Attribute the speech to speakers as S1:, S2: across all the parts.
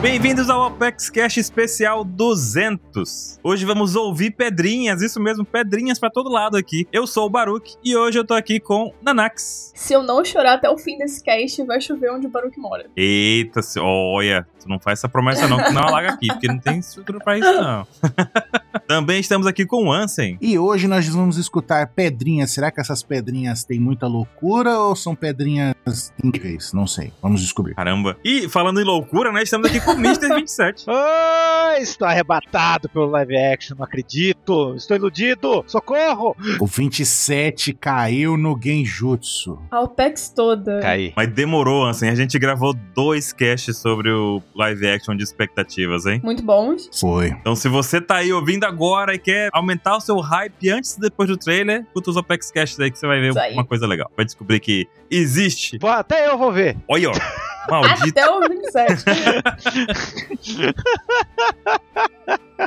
S1: Bem-vindos ao Apex Cash Especial 200. Hoje vamos ouvir pedrinhas, isso mesmo, pedrinhas pra todo lado aqui. Eu sou o Baruque e hoje eu tô aqui com Nanax.
S2: Se eu não chorar até o fim desse cast, vai chover onde o Baruque mora.
S1: Eita, se- olha, tu não faz essa promessa não, que não alaga aqui, porque não tem estrutura pra isso não. Também estamos aqui com o Ansem.
S3: E hoje nós vamos escutar pedrinhas. Será que essas pedrinhas têm muita loucura ou são pedrinhas incríveis? Não sei. Vamos descobrir.
S1: Caramba. E falando em loucura, né, estamos aqui com o Mr. 27.
S4: Ah, estou arrebatado pelo live action, não acredito. Estou iludido. Socorro!
S3: O 27 caiu no Genjutsu.
S2: A OPEX toda.
S4: Caí.
S1: Mas demorou, Ansem, a gente gravou dois casts sobre o live action de expectativas, hein?
S2: Muito bons.
S3: Foi.
S1: Então, se você tá aí ouvindo agora e quer aumentar o seu hype antes e depois do trailer, escuta os Apex Cash daí que você vai ver
S2: Isso aí.
S1: uma coisa legal. Vai descobrir que existe.
S4: Bom, até eu vou ver.
S1: Olha, ó. Maldito.
S2: Até o 27.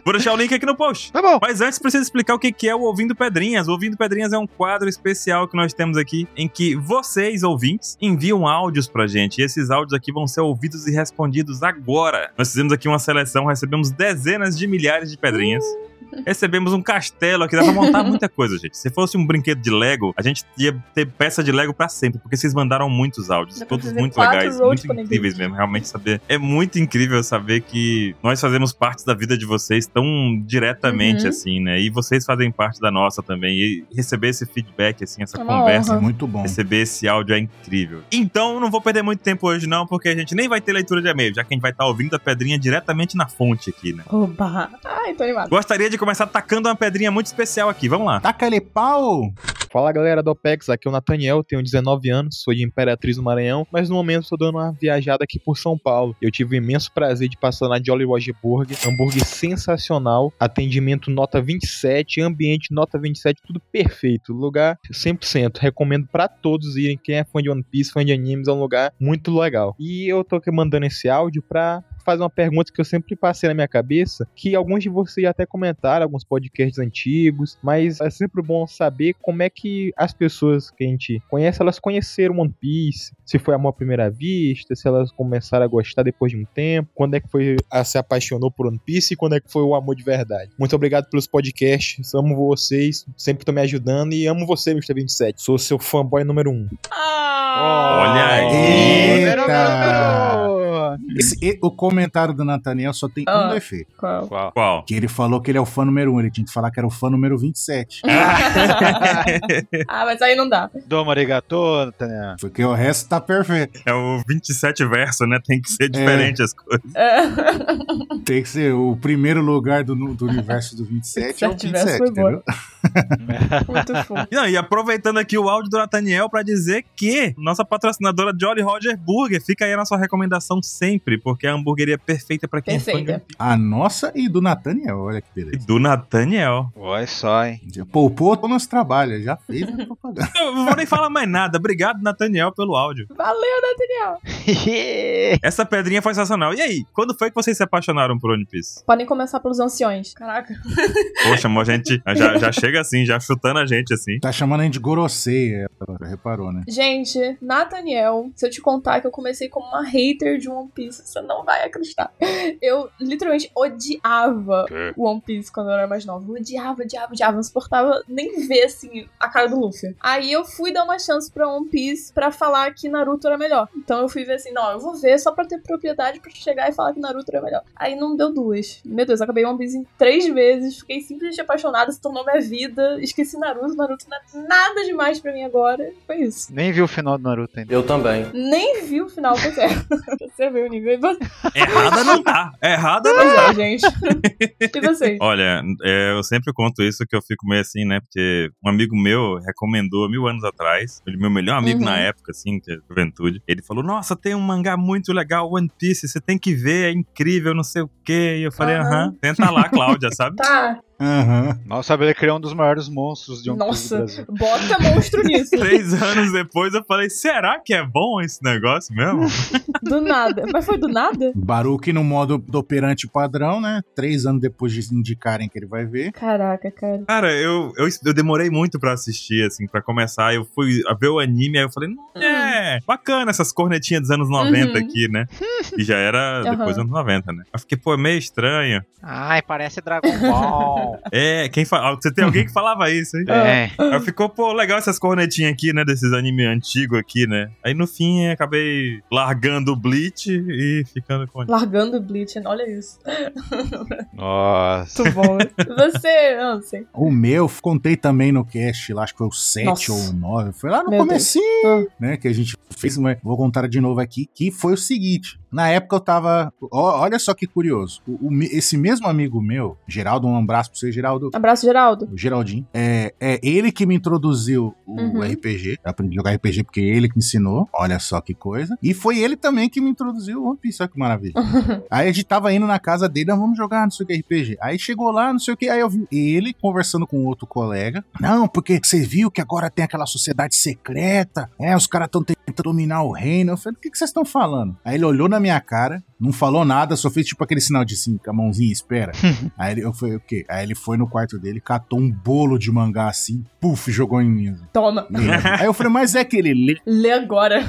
S1: Vou deixar o link aqui no post.
S4: Tá bom.
S1: Mas antes, preciso explicar o que que é o Ouvindo Pedrinhas. O Ouvindo Pedrinhas é um quadro especial que nós temos aqui, em que vocês, ouvintes, enviam áudios pra gente. E esses áudios aqui vão ser ouvidos e respondidos agora. Nós fizemos aqui uma seleção, recebemos dezenas de milhares de pedrinhas.
S2: Uh.
S1: Recebemos um castelo aqui, dá pra montar muita coisa, gente. Se fosse um brinquedo de Lego, a gente ia ter peça de Lego pra sempre, porque vocês mandaram muitos áudios,
S2: Dá pra
S1: todos
S2: fazer
S1: muito
S2: quatro
S1: legais,
S2: road é
S1: muito
S2: conectors.
S1: incríveis mesmo. Realmente saber. É muito incrível saber que nós fazemos parte da vida de vocês tão diretamente,
S2: Uhum.
S1: assim, né? E vocês fazem parte da nossa também. E receber esse feedback, assim, essa
S2: É uma
S1: conversa.
S2: honra.
S3: Muito bom.
S1: Receber esse áudio é incrível. Então, não vou perder muito tempo hoje, não, porque a gente nem vai ter leitura de e-mail, já que a gente vai estar ouvindo a pedrinha diretamente na fonte aqui, né?
S2: Oba. Ai, tô animado.
S1: Gostaria de começar tacando uma pedrinha muito especial aqui. Vamos lá.
S3: Taca ele pau!
S5: Fala galera do OPEX, aqui é o Nathaniel, tenho 19 anos, sou de Imperatriz do Maranhão, mas no momento estou dando uma viajada aqui por São Paulo. Eu tive o imenso prazer de passar na Jolly Roger Burger, hambúrguer sensacional, atendimento nota 27, ambiente nota 27, tudo perfeito, lugar 100%. Recomendo pra todos irem, quem é fã de One Piece, fã de animes, é um lugar muito legal. E eu tô aqui mandando esse áudio pra fazer uma pergunta que eu sempre passei na minha cabeça, que alguns de vocês até comentaram, alguns podcasts antigos, mas é sempre bom saber como é que as pessoas que a gente conhece, elas conheceram One Piece, se foi amor à primeira vista, se elas começaram a gostar depois de um tempo, quando é que foi a se apaixonou por One Piece e quando é que foi o amor de verdade. Muito obrigado pelos podcasts, amo vocês, sempre estão me ajudando e amo você, Mr. 27. Sou seu fanboy número um.
S1: Olha aí.
S3: Esse- e- o comentário do Nathaniel só tem
S2: Ah.
S3: um defeito.
S2: Qual?
S1: Qual?
S3: Que ele falou que ele é o fã número 1, ele tinha que falar que era o fã número 27.
S2: ah, mas aí não dá.
S4: Doma arigato, Nathaniel.
S3: Porque o resto tá perfeito. É.
S1: É o 27 verso, né? Tem que ser diferente as coisas.
S2: É.
S3: Tem que ser o primeiro lugar do, nu- do universo do 27 é o
S2: 27 verso
S3: 27,
S2: foi bom.
S3: entendeu?
S2: Muito fofo.
S1: Não, e aproveitando aqui o áudio do Nathaniel pra dizer que nossa patrocinadora Jolly Roger Burger fica aí a nossa recomendação sempre, porque é a hamburgueria perfeita pra quem é fã
S2: Perfeita.
S3: A nossa e do Nathaniel, olha que beleza.
S1: de- do Nathaniel.
S4: Olha só, hein?
S3: Já Poupou o nosso trabalho, já fez a propaganda.
S1: Eu não vou nem falar mais nada. Obrigado, Nathaniel, pelo áudio.
S2: Valeu, Nathaniel.
S1: Essa pedrinha foi sensacional. E aí, quando foi que vocês se apaixonaram por One Piece?
S2: Podem começar pelos anciões. Caraca.
S1: Poxa, amor, a gente já, já chega assim, já chutando a gente assim.
S3: Tá chamando a gente de Gorosei, ela já reparou, né?
S2: Gente, Nathaniel, se eu te contar que eu comecei como uma hater de One Piece, você não vai acreditar. Eu literalmente odiava
S4: Que?
S2: o One Piece quando eu era mais nova. Eu odiava, odiava, odiava. Não suportava nem ver, assim, a cara do Luffy. Aí eu fui dar uma chance pra One Piece pra falar que Naruto era melhor. Então eu fui ver assim, não, eu vou ver só pra ter propriedade pra chegar e falar que Naruto era melhor. Aí não deu duas. Meu Deus, eu acabei One Piece em três vezes. Fiquei simplesmente apaixonada, se tornou minha vida. Esqueci Naruto. Naruto não é nada demais pra mim agora. Foi isso.
S4: Nem vi o final do Naruto ainda.
S6: Eu também.
S2: Nem vi o final, pois é. Você viu o nível. E você,
S1: Errada não tá. Errada não
S2: pois
S1: tá.
S2: é, gente. E vocês?
S1: Olha, é, eu sempre conto isso que eu fico meio assim, né? Porque um amigo meu recomendou há mil anos atrás, ele, meu melhor amigo
S2: Uhum.
S1: na época, assim, que é juventude, ele falou: Nossa, tem um mangá muito legal, One Piece, você tem que ver, é incrível, não sei o quê. E eu falei:
S2: Aham.
S1: Aham, tenta lá, Cláudia, sabe?
S2: Tá.
S3: Aham.
S4: Nossa, ele criou um dos maiores monstros de um
S2: Nossa.
S4: Brasil.
S2: Bota monstro nisso.
S1: Três anos depois eu falei, será que é bom esse negócio mesmo?
S2: Do nada. Mas foi do nada?
S3: Baruque no modo do operante padrão, né? Três anos depois de indicarem que ele vai ver.
S2: Caraca, cara.
S1: Cara, eu, eu, eu demorei muito pra assistir, assim, pra começar. Eu fui a ver o anime, aí eu falei, "Hum, é, bacana essas cornetinhas dos anos 90
S2: Uhum.
S1: aqui, né? E já era
S2: Aham.
S1: depois dos anos 90, né? Eu fiquei, pô, é meio estranho.
S4: Ai, parece Dragon Ball.
S1: É, quem fala. Você tem alguém que falava isso, hein?
S4: é.
S2: Ah.
S1: Aí eu ficou, pô, legal essas cornetinhas aqui, né? Desses anime antigos aqui, né? Aí no fim eu acabei largando o Bleach e ficando com.
S2: Largando o Bleach, olha isso.
S4: Nossa.
S2: Muito bom. Você, Ansem.
S3: O meu, contei também no cast lá, acho que foi o 7
S2: Nossa.
S3: ou o 9. Foi lá no
S2: Meu Ah.
S3: comecinho, né? Que a gente fez, mas vou contar de novo aqui, que foi o seguinte. Na época eu tava... ó, olha só que curioso. O- o me- esse mesmo amigo meu, Geraldo, um abraço pra você, Geraldo.
S2: Abraço, Geraldo.
S3: O Geraldinho. É, é ele que me introduziu o
S2: Uhum.
S3: RPG. Eu aprendi a jogar RPG porque é ele que ensinou. Olha só que coisa. E foi ele também que me introduziu o One Piece. Olha que maravilha. aí a gente tava indo na casa dele, "Ah, vamos jogar não sei o que RPG. Aí chegou lá, não sei o que. Aí eu vi ele conversando com outro colega. Não, porque você viu que agora tem aquela sociedade secreta. É, os caras estão tentando dominar o reino. Eu falei, o que que vocês estão falando? Aí ele olhou na minha cara, não falou nada, só fez tipo aquele sinal de assim, com a mãozinha, espera. Aí ele, eu falei, o quê? Aí ele foi no quarto dele, catou um bolo de mangá assim, puf, e jogou em mim.
S2: Toma.
S3: nele. Aí eu falei, mas é que ele lê.
S2: Lê agora.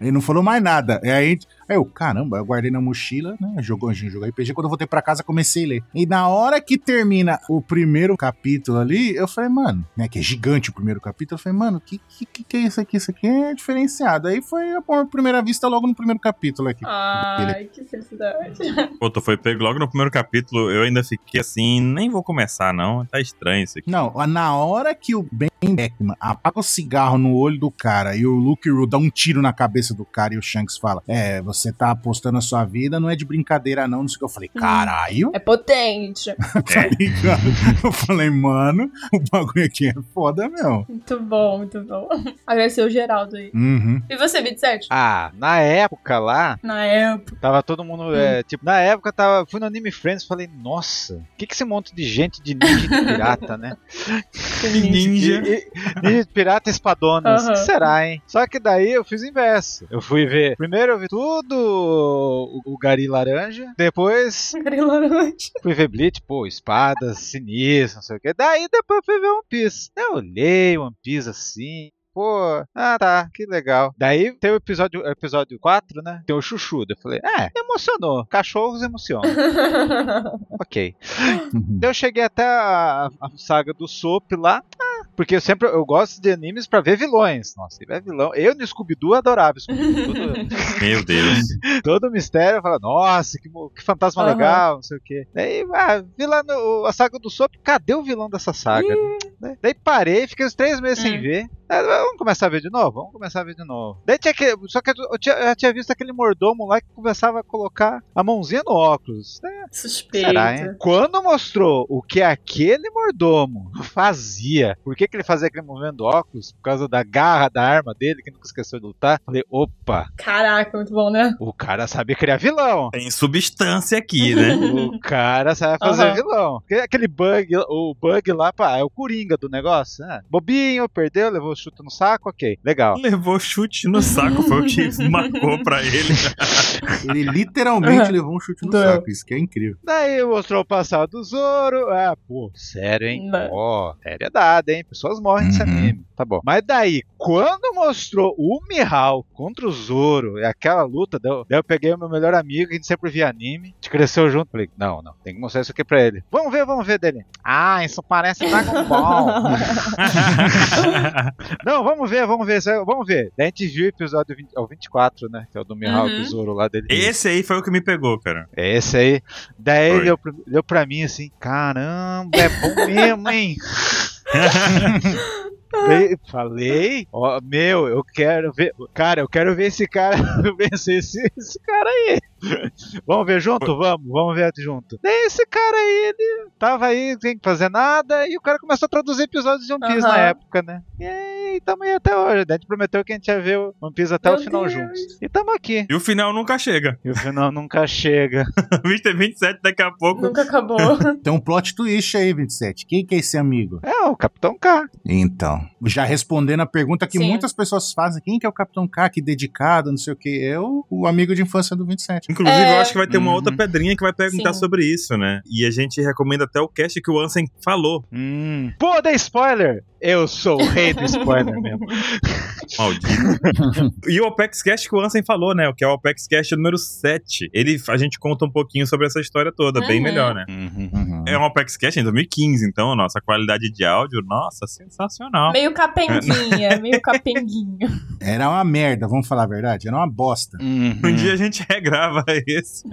S3: Ele não falou mais nada. Aí, a gente- aí eu, caramba, eu guardei na mochila, né? Jogou, a gente jogou RPG. Quando eu voltei pra casa, comecei a ler. E na hora que termina o primeiro capítulo ali, eu falei, mano, né? Que é gigante o primeiro capítulo. Eu falei, mano, que, que, que- que é isso aqui? Isso aqui é diferenciado. Aí foi a primeira vista logo no primeiro capítulo aqui.
S2: Ai, que felicidade.
S1: Pô, tu foi pego logo no primeiro capítulo. Eu ainda fiquei assim, nem vou começar, não. Tá estranho isso aqui.
S3: Não, na hora que o Ben Beckman apaga o cigarro no olho do cara e o Luke Roo dá um tiro na cabeça do cara e o Shanks fala: É, você tá apostando a sua vida, não é de brincadeira, não. Não sei o que. Eu falei, caralho.
S2: É potente.
S1: É.
S3: Tá ligado? Eu falei, mano, o bagulho aqui é foda, meu.
S2: Muito bom, muito bom. Agradecer o Geraldo aí.
S3: Uhum.
S2: E você, 27?
S4: Ah, na época lá,
S2: Na época.
S4: tava todo mundo.
S1: Hum.
S4: é, tipo, na época eu tava. Fui no Anime Friends e falei, nossa, o que, que esse monte de gente de ninja e de pirata, né?
S1: Ninja.
S4: E- e- Ninja de pirata e espadonas.
S2: Aham.
S4: O que será, hein? Só que daí eu fiz o inverso. Eu fui ver. Primeiro eu vi tudo o, o Gari Laranja. Depois
S2: Grilorante.
S4: Fui ver Bleach, pô, espadas, sinistro, não sei o que. Daí depois fui ver One Piece. Eu olhei One Piece assim. Pô, ah tá, que legal. Daí tem o episódio, episódio 4, né? Tem o Chuchu. daí Eu falei, é, emocionou. Cachorros emocionam. ok.
S3: Uhum.
S4: Daí eu cheguei até a, a saga do Soap lá. Ah, porque eu sempre eu gosto de animes pra ver vilões. Nossa, ele é vilão. Eu no Scooby-Doo adorava Scooby-Doo. todo-
S1: Meu Deus.
S4: todo o mistério, fala, nossa, que, mo- que fantasma
S2: Aham.
S4: legal, não sei o quê. Daí, ah, vi lá no, a saga do Sop, cadê o vilão dessa saga? Daí- Daí parei, fiquei uns três meses sem
S2: Hum.
S4: ver. Ah, vamos começar a ver de novo? Vamos começar a ver de novo. Daí tinha que, só que eu tinha, eu tinha visto aquele mordomo lá que começava a colocar a mãozinha no óculos. Daí,
S2: Suspeito.
S4: Será, hein? Quando mostrou o que aquele mordomo fazia, por que, que ele fazia aquele movimento do óculos? Por causa da garra da arma dele, que nunca esqueceu de lutar. Falei, opa,
S2: Caraca, muito bom, né?
S4: o cara sabe criar vilão.
S1: Tem substância aqui, né?
S4: O cara sabe fazer
S2: Aham.
S4: vilão. Porque Aquele bug, o bug lá, pá, é o coringa do negócio. né? Bobinho, perdeu, levou o chute no saco, ok, legal.
S1: Levou chute no saco, foi o que marcou pra ele.
S3: Ele literalmente
S2: Uhum.
S3: levou um chute no
S2: Doeu.
S3: saco. Isso que é incrível.
S4: Daí mostrou o passado do Zoro. Ah, pô, sério, hein?
S2: Né.
S4: Ó, seriedade, hein? Pessoas morrem nesse
S3: Uhum.
S4: anime. Tá bom. Mas daí, quando mostrou o Mihawk contra o Zoro, e aquela luta, daí eu, daí eu peguei o meu melhor amigo, que a gente sempre via anime, a gente cresceu junto. Falei, não, não, tem que mostrar isso aqui pra ele. Vamos ver, vamos ver dele. Ah, isso parece Dragon Ball. Não, vamos ver, vamos ver, saiu- vamos ver. Daí a gente viu o episódio 20, é o 24, né? Que é o do Mihawk
S2: Uhum.
S4: uhum. Zoro lá dele.
S1: Esse aí foi o que me pegou, cara.
S4: É esse aí. Daí
S1: Foi.
S4: deu, pra- deu pra mim assim, caramba, é bom mesmo, hein? Daí eu falei, ó, meu, eu quero ver, cara, eu quero ver esse cara vencer esse, esse cara aí. Vamos ver junto? Vamos, vamos ver junto. Daí esse cara aí, ele tava aí sem fazer nada e o cara começou a traduzir episódios de One Piece na
S2: Aham.
S4: época, né? E aí, e tamo aí até hoje. A gente prometeu que a gente ia ver o One Piece até
S2: Meu
S4: o final
S2: Deus.
S4: juntos. E tamo aqui.
S1: E o final nunca chega.
S4: E o final nunca chega.
S1: Mr. 27 daqui a pouco.
S2: Nunca acabou.
S3: Tem um plot twist aí, 27. Quem que é esse amigo?
S4: É, o Capitão K.
S3: Então, já respondendo a pergunta que
S2: Sim.
S3: muitas pessoas fazem, quem que é o Capitão K, que dedicado, não sei o que, é o, o amigo de infância do 27.
S1: Inclusive,
S2: É.
S1: eu acho que vai ter uma
S4: Uhum.
S1: outra pedrinha que vai perguntar
S2: Sim.
S1: sobre isso, né? E a gente recomenda até o cast que o Ansem falou.
S4: Hum. Pô, dei spoiler! Eu sou o rei do spoiler mesmo.
S1: Maldito. e o Opex Cast que o Ansem falou, né? O que é o Opex Cast número 7. Ele, a gente conta um pouquinho sobre essa história toda, bem
S2: Uhum.
S1: melhor, né?
S7: Hum.
S3: Uhum.
S1: É um Opex Cast em 2015, então, nossa qualidade de áudio, nossa, sensacional.
S2: meio capenguinha, meio capenguinho.
S3: Era uma merda, vamos falar a verdade, era uma bosta. Uhum.
S1: Um dia a gente regrava esse.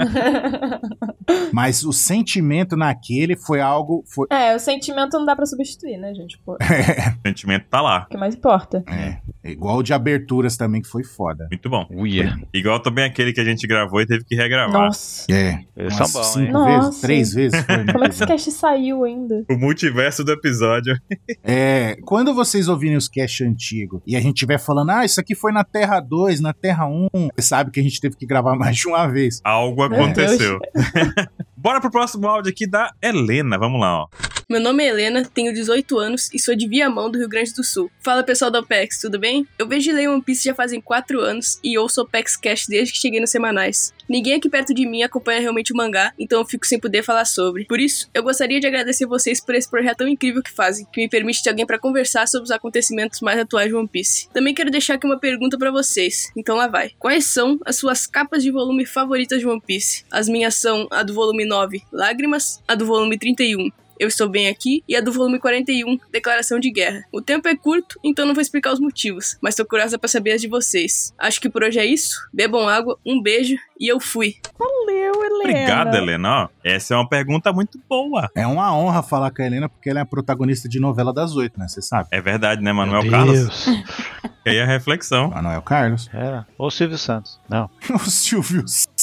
S3: Mas o sentimento naquele foi algo. Foi...
S2: É, o sentimento não dá pra substituir, né, gente? Pô, o
S1: O sentimento tá lá.
S2: que mais importa?
S3: É, igual o de aberturas também, que foi foda.
S1: Muito bom.
S3: Oh,
S4: Uia.
S1: Igual também aquele que a gente gravou e teve que regravar.
S2: Nossa.
S3: É,
S4: Eles
S3: umas
S4: são bons, hein?
S3: cinco vezes,
S2: Nossa.
S3: três vezes foi. né?
S2: Como é que esse cast saiu ainda?
S1: O multiverso do episódio.
S3: É, quando vocês ouvirem os cast antigos e a gente tiver falando, ah, isso aqui foi na Terra 2, na Terra 1, você sabe que a gente teve que gravar mais de uma vez.
S1: Algo
S2: Meu
S1: aconteceu. Bora pro próximo áudio aqui da Helena. Vamos lá, ó.
S6: Meu nome é Helena, tenho 18 anos e sou de Viamão, do Rio Grande do Sul. Fala pessoal da OPEX, tudo bem? Eu vejo e leio One Piece já fazem 4 anos e ouço OPEX Cash desde que cheguei nos semanais. Ninguém aqui perto de mim acompanha realmente o mangá, então eu fico sem poder falar sobre. Por isso, eu gostaria de agradecer vocês por esse projeto tão incrível que fazem, que me permite ter alguém pra conversar sobre os acontecimentos mais atuais de One Piece. Também quero deixar aqui uma pergunta pra vocês, então lá vai. Quais são as suas capas de volume favoritas de One Piece? As minhas são a do volume 9, Lágrimas, a do volume 31, eu Estou Bem Aqui e a do volume 41, Declaração de Guerra. O tempo é curto, então não vou explicar os motivos, mas tô curiosa pra saber as de vocês. Acho que por hoje é isso. Bebam água, um beijo e eu fui.
S2: Valeu, Helena.
S1: Obrigado, Helena. Ó, essa é uma pergunta muito boa.
S3: É uma honra falar com a Helena, porque ela é a protagonista de novela das oito, né? Você sabe?
S1: É verdade, né, Manuel Carlos? E aí a reflexão.
S3: Manuel Carlos.
S4: Era. Ou Silvio Santos. Não.
S3: o Silvio Santos.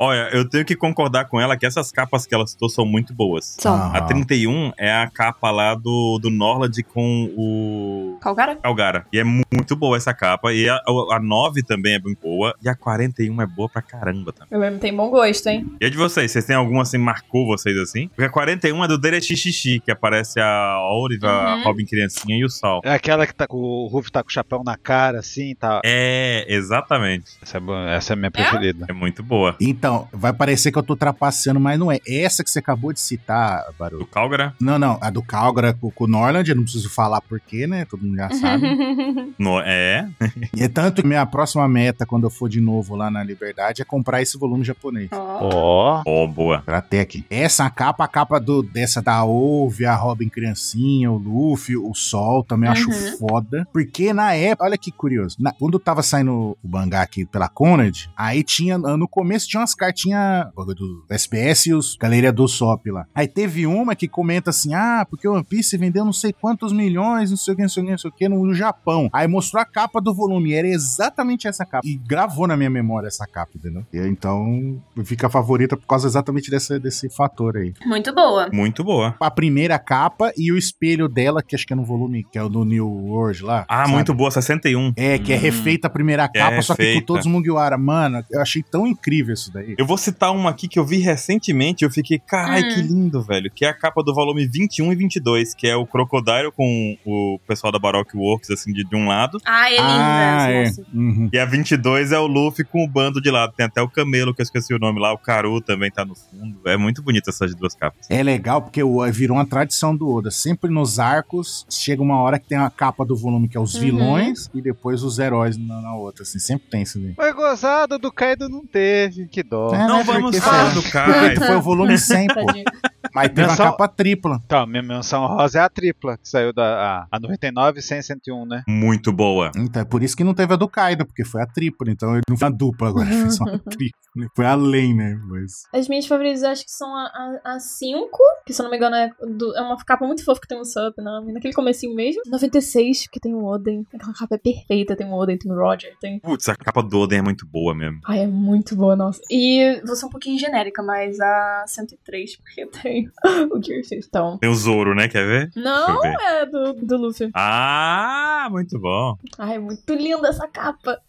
S1: Olha, eu tenho que concordar com ela que essas capas que ela citou são muito boas.
S3: Ah,
S1: A 31 é a capa lá do, do Norland com o
S6: Calgara?
S1: Calgara. E é mu- muito boa essa capa. E a, a 9 também é bem boa. E a 41 é boa pra caramba também.
S2: Helena tem bom gosto, hein?
S1: E a de vocês? Vocês têm alguma assim, marcou vocês assim? Porque a 41 é do Derechixixi, que aparece a Oliva, a
S2: Uhum.
S1: Robin Criancinha e o Sal.
S4: É aquela que tá com o Ruff tá com o chapéu na cara, assim e tal.
S1: É, exatamente.
S4: Essa é, boa, essa é a minha preferida.
S1: É muito boa.
S3: Então, vai parecer que eu tô trapaceando, mas não é. Essa que você acabou de citar,
S1: Do
S3: Barulho.
S1: Calgara?
S3: Não, não. A do Calgara com, com o Norland, eu não preciso falar porquê, né? Todo mundo
S2: Uhum.
S3: já sabe.
S1: No, é.
S3: e é tanto que minha próxima meta, quando eu for de novo lá na Liberdade, é comprar esse volume japonês.
S4: Ó.
S1: Ó, boa.
S3: Tratec. Essa capa, a capa do, dessa da Ove, a Robin Criancinha, o Luffy, o Sol, também eu acho foda. Porque na época, olha que curioso, na- quando tava saindo o mangá aqui pela Conrad, aí tinha, no começo tinha umas cartinhas bagulho do SBS e os Galeria do Sop lá. Aí teve uma que comenta assim, ah, porque o One Piece vendeu não sei quantos milhões, não sei o que, não sei o que, não sei o que, no, no Japão. Aí mostrou a capa do volume, era exatamente essa capa. E gravou na minha memória essa capa, entendeu? E, Então, fica a favorita por causa exatamente dessa, desse fator aí.
S8: Muito boa.
S1: Muito boa.
S3: A primeira capa e o espelho dela, que acho que é no volume, que é o do New World lá.
S1: Ah,
S3: sabe?
S1: muito boa, 61.
S3: É, que é
S4: Hum.
S3: refeita a primeira
S1: Que é
S3: capa, só que
S1: refeita.
S3: com todos os Mugiwara. Mano, eu achei tão incrível isso daí.
S1: Eu vou citar uma aqui que eu vi recentemente, eu fiquei, carai,
S8: Hum.
S1: que lindo, velho. Que é a capa do volume 21 e 22, que é o Crocodile com o pessoal da Baroque Works, assim, de, de um lado.
S8: Ah, é linda.
S3: ah, é.
S8: nossa.
S3: Uhum.
S1: E a 22 é o Luffy com o bando de lado. Tem até o Camelo, que eu esqueci o nome lá, o Karu também tá no fundo. É muito bonita essas duas capas.
S3: É legal porque o- virou uma tradição do Oda. Sempre nos arcos, chega uma hora que tem a capa do volume que é os
S2: Uhum.
S3: vilões e depois os heróis na, na outra. Assim, sempre tem isso daí.
S4: Foi gozado do Kaido não teve. Que dó.
S3: É,
S1: Não
S3: né,
S1: vamos
S3: porque
S1: falar
S3: foi-
S1: do Kai.
S3: Foi o volume 100, pô.
S2: Tadinho.
S3: Mas teve uma
S4: Pessoal-
S3: capa tripla.
S4: Então, minha menção rosa é a tripla, que saiu da a, a 99, 100, 101, né?
S1: Muito boa.
S3: Então, é por isso que não teve a do Kaido, porque foi a tripla. Então ele não foi a dupla agora, ele fez uma tripla. Foi além, né? Mas.
S2: As minhas favoritas acho que são a 5, que se eu não me engano é, do- é uma capa muito fofa que tem um sub na, naquele comecinho mesmo. 96, que tem o Oden. Aquela capa é perfeita, tem o Oden, tem o Roger, tem...
S1: Putz, a capa do Oden é muito boa mesmo.
S2: Ai, é muito boa, nossa. E vou ser um pouquinho genérica, mas a 103, porque tem o Girfistão.
S1: Tem o Zoro, né? Quer ver?
S2: Não
S1: Deixa eu ver.
S2: é do, do Luffy.
S1: Ah, muito bom.
S2: Ai, é muito linda essa capa.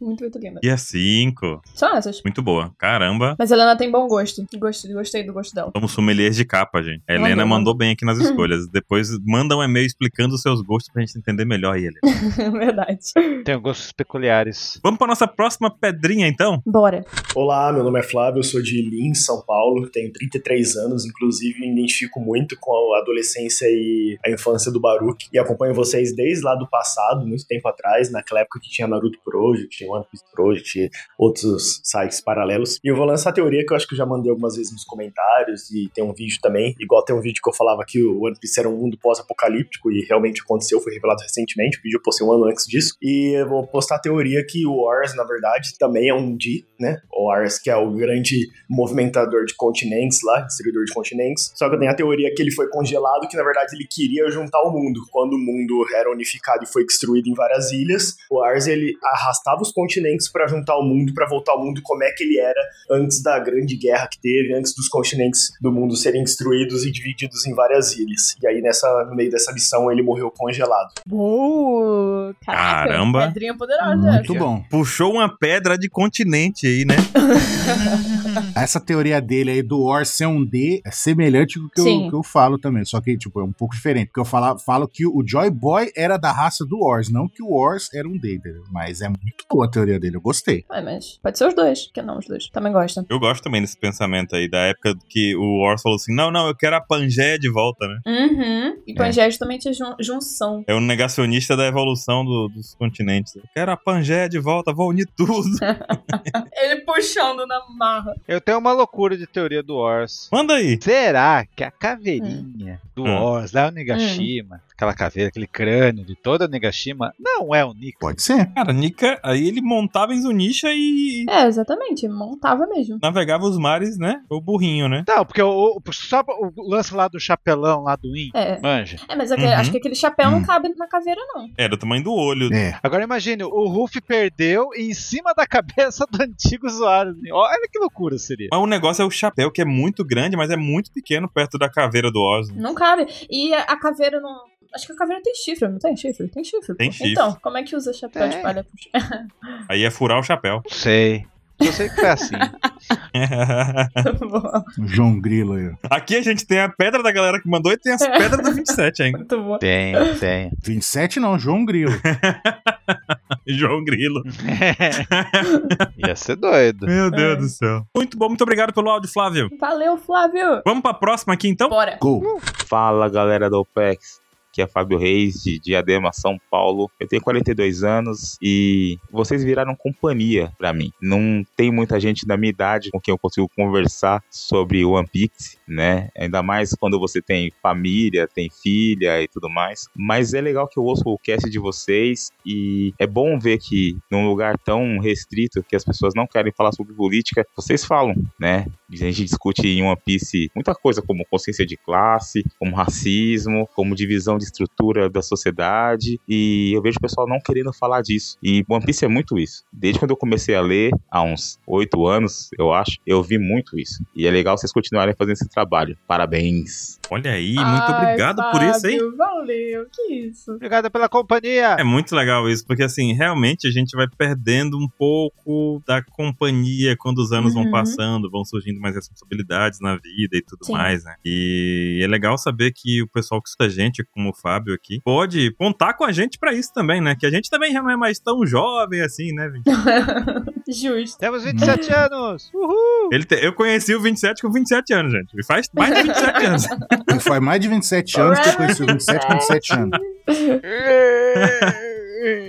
S2: Muito, muito linda.
S1: E a 5.
S2: São essas.
S1: Muito boa. Caramba.
S2: Mas a Helena tem bom gosto. Gosto- Gostei do gosto dela.
S1: Somos sommeliers um de capa, gente. A Helena
S2: Mandou,
S1: mandou,
S2: mandou.
S1: bem aqui nas escolhas. Depois manda um e-mail explicando os seus gostos pra gente entender melhor aí, Helena.
S2: É Verdade.
S4: Tenho gostos peculiares.
S1: Vamos pra nossa próxima pedrinha, então?
S2: Bora.
S8: Olá, meu nome é Flávio, eu sou de Lins, São Paulo, tenho 33 anos, inclusive me identifico muito com a adolescência e a infância do Baruch e acompanho vocês desde lá do passado, muito tempo atrás, naquela época que tinha Naruto Project, One Piece Project, outros sites paralelos. E eu vou lançar a teoria que eu acho que eu já mandei algumas vezes nos comentários e tem um vídeo também, igual tem um vídeo que eu falava que o One Piece era um mundo pós-apocalíptico e realmente aconteceu, foi revelado recentemente, o vídeo eu postei um ano antes disso. E eu vou postar a teoria que o Wars, na verdade, também é um D, né? O Wars que é o grande movimentador de continentes lá, distribuidor de continentes. Só que eu tenho a teoria que ele foi congelado, que na verdade ele queria juntar o mundo. Quando o mundo era unificado e foi destruído em várias ilhas, o Ars ele arrastava os continentes pra juntar o mundo, pra voltar ao mundo como é que ele era antes da grande guerra que teve, antes dos continentes do mundo serem destruídos e divididos em várias ilhas. E aí nessa no meio dessa missão ele morreu congelado.
S2: Boa. Uh, Caraca,
S1: Caramba.
S2: Pedrinha poderosa.
S3: Muito
S2: essa.
S4: É.
S3: bom.
S1: Puxou uma pedra de continente aí, né?
S3: Essa teoria dele aí do Or ser um D é semelhante com o que,
S2: Sim.
S3: eu, que eu falo também. Só que, tipo, é um pouco diferente. Porque eu falo, falo que o Joy Boy era da raça do Ors, não que o Ors era um D, entendeu? Mas é muito boa a teoria dele, eu gostei.
S2: Ai, mas pode ser os dois. Que não, os dois. Tá, Também gosta.
S1: Eu gosto também desse pensamento aí, da época que o Ors falou assim: não, não, eu quero a Pangeia de volta, né?
S2: Uhum. E Pangea justamente é jun- junção.
S1: É um negacionista da evolução do- dos continentes. Eu quero a Pangeia de volta, vou unir tudo.
S2: Ele puxando na marra.
S4: Eu tenho uma loucura de teoria do Ors.
S1: Manda aí.
S4: Será que a
S3: É.
S4: caveirinha do
S1: Hum.
S4: Ors, lá é o Nigashima, aquela caveira, aquele crânio de toda o Nigashima, não é o Nico?
S3: Pode ser.
S1: Cara, Nika, aí ele montava em Zunisha e
S2: É, exatamente. Montava mesmo.
S1: navegava os mares, né? O burrinho, né?
S4: Não, Tá, porque o, o- só o lance lá do chapelão, lá do In,
S2: É.
S4: manja.
S2: É, mas aquele-
S1: Uhum.
S2: acho que aquele chapéu não
S3: Hum.
S2: cabe na caveira, não.
S1: Era do tamanho do olho.
S3: É.
S4: Agora imagine, o Ruff perdeu e em cima da cabeça do antigo usuário. Olha que loucura seria.
S1: Mas o negócio é o chapéu, que é muito grande, mas é muito pequeno perto da caveira do Oz.
S2: Não cabe. E a, a caveira não. Acho que a caveira tem chifre, não tem chifre? Tem chifre.
S1: Tem
S2: pô.
S1: chifre.
S2: Então, como é que usa chapéu de
S4: É.
S2: palha? com chifre?
S1: Aí é furar o chapéu.
S4: Não sei. Eu sei que foi assim.
S2: Boa,
S3: O João Grilo aí. ó.
S1: Aqui a gente tem a pedra da galera que mandou e tem as pedras do 27 ainda.
S2: É. Muito bom.
S4: tem, tem.
S3: 27 não, João Grilo.
S1: João Grilo.
S4: Ia ser doido.
S1: Meu Deus
S2: É.
S1: do céu. Muito bom, muito obrigado pelo áudio, Flávio.
S2: Valeu, Flávio!
S1: Vamos pra próxima aqui então?
S2: Bora!
S3: Gol.
S4: Hum.
S9: Fala galera do OPEX, que é Fábio Reis de Diadema, São Paulo. Eu tenho 42 anos e vocês viraram companhia pra mim. Não tem muita gente da minha idade com quem eu consigo conversar sobre One Piece, né? Ainda mais quando você tem família, tem filha e tudo mais. Mas é legal que eu ouço o cast de vocês e é bom ver que num lugar tão restrito que as pessoas não querem falar sobre política, vocês falam, né? A gente discute em One Piece muita coisa, como consciência de classe, como racismo, como divisão de estrutura da sociedade. E eu vejo o pessoal não querendo falar disso. E One Piece é muito isso. Desde quando eu comecei a ler, há uns oito anos, eu acho, eu vi muito isso. E é legal vocês continuarem fazendo esse trabalho. Parabéns.
S1: Olha aí, muito
S2: Ai,
S1: obrigado por isso, hein?
S2: Fábio, Valeu, que isso.
S4: Obrigado pela companhia.
S1: É muito legal isso, porque assim, realmente a gente vai perdendo um pouco da companhia quando os anos vão
S2: Uhum.
S1: passando, vão surgindo mais responsabilidades na vida e tudo
S2: Sim.
S1: mais, né? E é legal saber que o pessoal que escuta a gente, como o Fábio aqui, pode contar com a gente pra isso também, né? Que a gente também já não é mais tão jovem assim, né, gente?
S2: Justo.
S4: Temos 27 anos. Uhul.
S2: Uhum.
S1: Ele te- Eu conheci o 27 com 27 anos, gente. E Faz mais de 27 anos.
S3: E faz mais de 27 anos que eu conheci o 27 com 27 anos.
S2: É.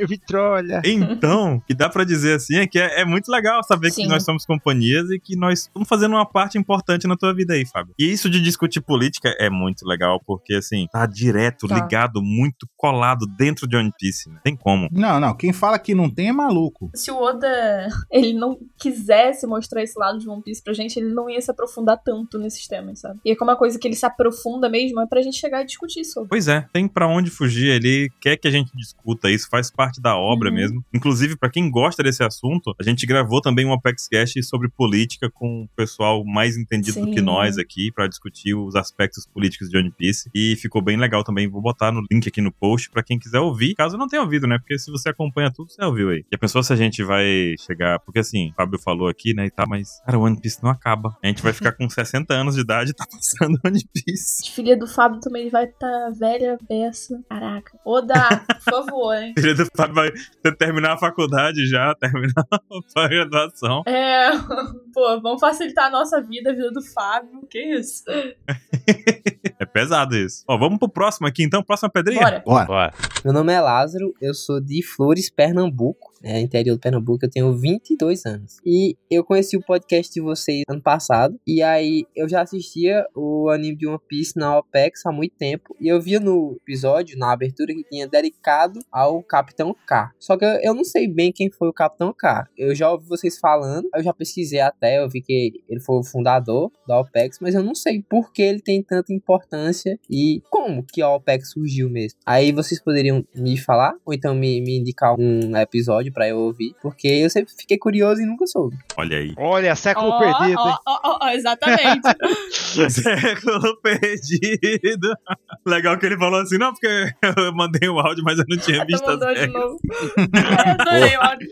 S4: Vitrolha.
S1: Então, o que dá pra dizer assim é que é, é muito legal saber
S2: Sim.
S1: que nós somos companhias e que nós estamos fazendo uma parte importante na tua vida aí, Fábio. E isso de discutir política é muito legal, porque assim, tá direto,
S2: Tá.
S1: ligado, muito colado dentro de One Piece, né? Tem como.
S3: Não, não. Quem fala que não tem é maluco.
S2: Se o Oda ele não quisesse mostrar esse lado de One Piece pra gente, ele não ia se aprofundar tanto nesses temas, sabe? E como é uma coisa que ele se aprofunda mesmo, é pra gente chegar e discutir sobre.
S1: Pois é, tem pra onde fugir. Ele quer que a gente discuta isso, faz faz parte da obra
S2: Uhum.
S1: mesmo. Inclusive, pra quem gosta desse assunto, a gente gravou também um Apex Cash sobre política com o pessoal mais entendido do que
S2: Sim.
S1: nós aqui pra discutir os aspectos políticos de One Piece e ficou bem legal também. Vou botar no link aqui no post pra quem quiser ouvir, caso não tenha ouvido, né? Porque se você acompanha tudo, você ouviu aí. E a pessoa se a gente vai chegar, porque assim, o Fábio falou aqui, né, e tá, mas cara, o One Piece não acaba. A gente vai ficar com 60 anos de idade e tá passando One Piece.
S2: A filha do Fábio também vai tá velha, beça. Caraca. Oda, por favor, hein?
S1: Filha do Fábio vai terminar a faculdade já, terminar a graduação.
S2: É, pô, vamos facilitar a nossa vida, a vida do Fábio. Que isso?
S1: É pesado isso. Ó, vamos pro próximo aqui então, próxima pedrinha.
S2: Bora.
S3: Bora.
S10: Meu nome é Lázaro, eu sou de Flores, Pernambuco, né, interior do Pernambuco, eu tenho 22 anos. E eu conheci o podcast de vocês ano passado, e aí eu já assistia o anime de One Piece na OPEX há muito tempo, e eu via no episódio, na abertura, que tinha dedicado ao Capitão K. Só que eu, eu não sei bem quem foi o Capitão K. Eu já ouvi vocês falando, eu já pesquisei até, eu vi que ele foi o fundador da OPEX, mas eu não sei por que ele tem tanta importância e como que a OPEX surgiu mesmo. Aí vocês poderiam me falar, ou então me, me indicar um episódio pra eu ouvir, porque eu sempre fiquei curioso e nunca soube.
S1: Olha aí.
S4: Olha, século
S2: Ó,
S4: perdido. hein?
S2: ó, ó, ó, exatamente.
S1: Século perdido. Legal que ele falou assim, não, porque eu mandei o áudio, mas eu não tinha
S2: Até
S1: visto. as
S2: mandou um de
S1: regras.
S2: novo. É, adorei o áudio.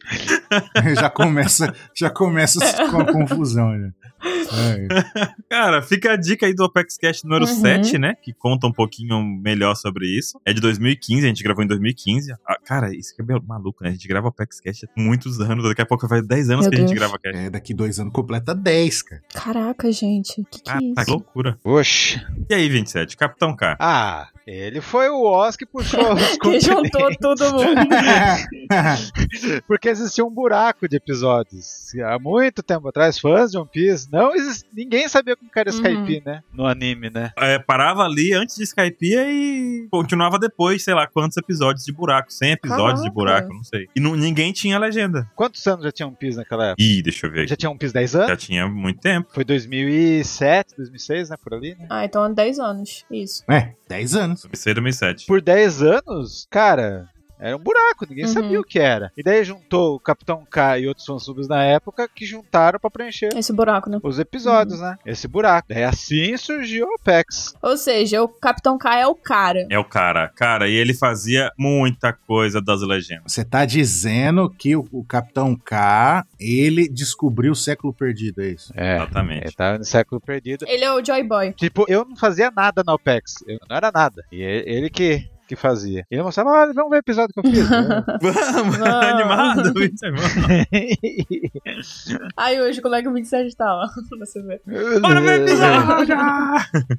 S3: já começa, já começa com a confusão. Né? É.
S1: Cara, fica a dica aí do Apex Cash número
S2: Uhum.
S1: 7, né? Que conta um pouquinho melhor sobre isso. É de 2015, a gente gravou em 2015. Ah, cara, isso que é meio maluco, né? A gente grava Apex Cash há muitos anos. Daqui a pouco faz 10 anos
S2: Meu
S1: que a gente
S2: Deus.
S1: grava Cash.
S3: É, daqui dois anos completa 10, cara.
S2: Caraca, gente. Que que é
S1: Ah, tá, que
S2: isso?
S1: loucura.
S4: Oxe.
S1: E aí, 27, Capitão K.
S4: Ah, ele foi o Oz que puxou os
S2: Que juntou
S4: continentes.
S2: todo mundo.
S4: Porque existia um buraco de episódios. Há muito tempo atrás, fãs de One Piece, não exist... ninguém sabia como que era
S2: Uhum.
S4: Skype, né? No anime, né?
S1: É, parava ali antes de Skypeia e continuava depois, sei lá, quantos episódios de buraco. 100 episódios de
S2: Caraca.
S1: buraco, não sei. E não- ninguém tinha legenda.
S4: Quantos anos já tinha One Piece naquela época?
S1: Ih, deixa eu ver.
S4: Já
S1: aqui.
S4: tinha One Piece 10 anos?
S1: Já tinha muito tempo.
S4: Foi 2007, 2006, né? Por ali, né?
S2: Ah, então há 10 anos. Isso.
S3: É, 10 anos.
S1: 2006, 2007.
S4: Por 10 anos, cara, era um buraco, ninguém
S2: Uhum.
S4: sabia o que era. E daí juntou o Capitão K e outros fansubs na época que juntaram pra preencher
S2: Esse buraco, né?
S4: os episódios, né? Esse buraco. Daí assim surgiu o Apex.
S2: Ou seja, o Capitão K é o cara.
S1: É o cara. Cara, e ele fazia muita coisa das legendas.
S3: Você tá dizendo que o, o Capitão K, ele descobriu o século perdido, é isso?
S4: É.
S1: Exatamente.
S4: tava no século perdido.
S2: Ele é o Joy Boy.
S4: Tipo, eu não fazia nada na OPEX. Eu não era nada. E ele, ele que, que fazia. E ele mostrava, olha, vamos ver o episódio que eu fiz.
S1: Vamos,
S2: Vamos.
S1: animado. muito bom.
S2: Aí hoje, como é que o 27 tá, ó? Pra você ver.
S1: Bora ver o episódio!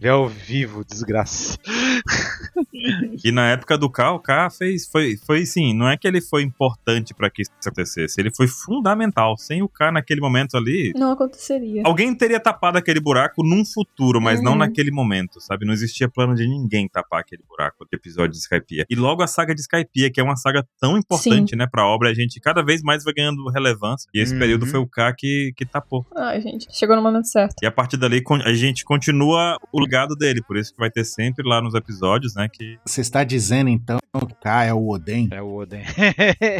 S4: É ao vivo, desgraça.
S1: E na época do K, o K fez, foi, foi sim, não é que ele foi importante pra que isso acontecesse, ele foi fundamental. Sem o K naquele momento ali,
S2: Não aconteceria.
S1: alguém teria tapado aquele buraco num futuro, mas não
S2: Uhum.
S1: naquele momento, sabe? Não existia plano de ninguém tapar aquele buraco do episódio de Skypiea. E logo a saga de Skypiea, que é uma saga tão importante, né, pra obra, a gente cada vez mais vai ganhando relevância. E esse
S4: Uhum.
S1: período foi o K que, que tapou.
S2: Ai, gente. Chegou no momento certo.
S1: E a partir dali con- a gente continua o legado dele, por isso que vai ter sempre lá nos episódios, né, que
S3: Você está dizendo então que o K é o Oden
S4: É o Oden.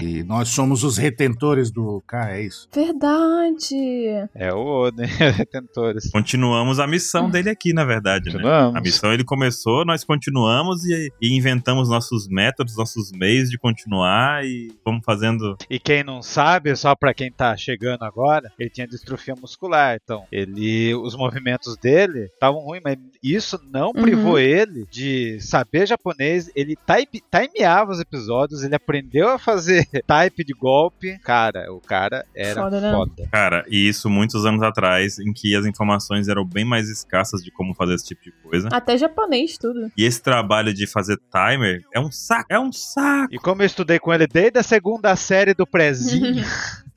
S3: e nós somos os retentores do K, é isso?
S2: Verdade.
S4: É o Oden. Retentores.
S1: continuamos a missão dele aqui, na verdade, né? A
S4: Continuamos.
S1: missão ele começou, nós continuamos e, e inventamos nossos métodos, nossos meios de continuar e vamos fazendo.
S4: E quem não sabe, só pra quem tá chegando agora, ele tinha distrofia muscular, então ele os movimentos dele estavam ruins, mas isso não privou
S2: Uhum.
S4: ele de saber japonês, ele type, timeava os episódios, ele aprendeu a fazer type de golpe. Cara, o cara era
S2: Foda, né?
S4: foda.
S1: Cara, e isso muitos anos atrás, em que as informações eram bem mais escassas de como fazer esse tipo de coisa.
S2: Até japonês, tudo.
S1: E esse trabalho de fazer timer é um saco, é um saco.
S4: E como eu estudei com ele desde a segunda série do prezinho,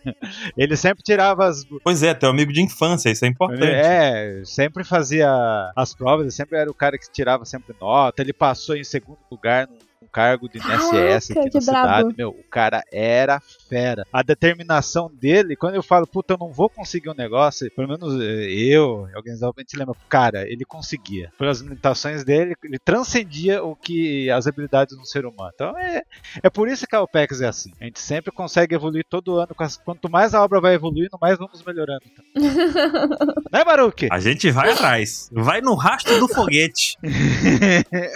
S4: ele sempre tirava as
S1: Pois é, teu amigo de infância, isso é importante.
S4: É, sempre fazia as provas, ele sempre era o cara que tirava sempre nota, ele passou em segundo lugar no um cargo de NSS
S2: Caraca,
S4: aqui na
S2: que brabo.
S4: cidade. Meu, o cara era fera. A determinação dele, quando eu falo, puta, eu não vou conseguir um negócio, pelo menos eh, eu, alguém a gente lembra, cara, ele conseguia. Pelas limitações dele, ele transcendia o que as habilidades do ser humano. Então é, é por isso que a OPEX é assim. A gente sempre consegue evoluir todo ano. com as- Quanto mais a obra vai evoluindo, mais vamos melhorando. né, Baruque?
S1: A gente vai atrás. Vai no rastro do foguete.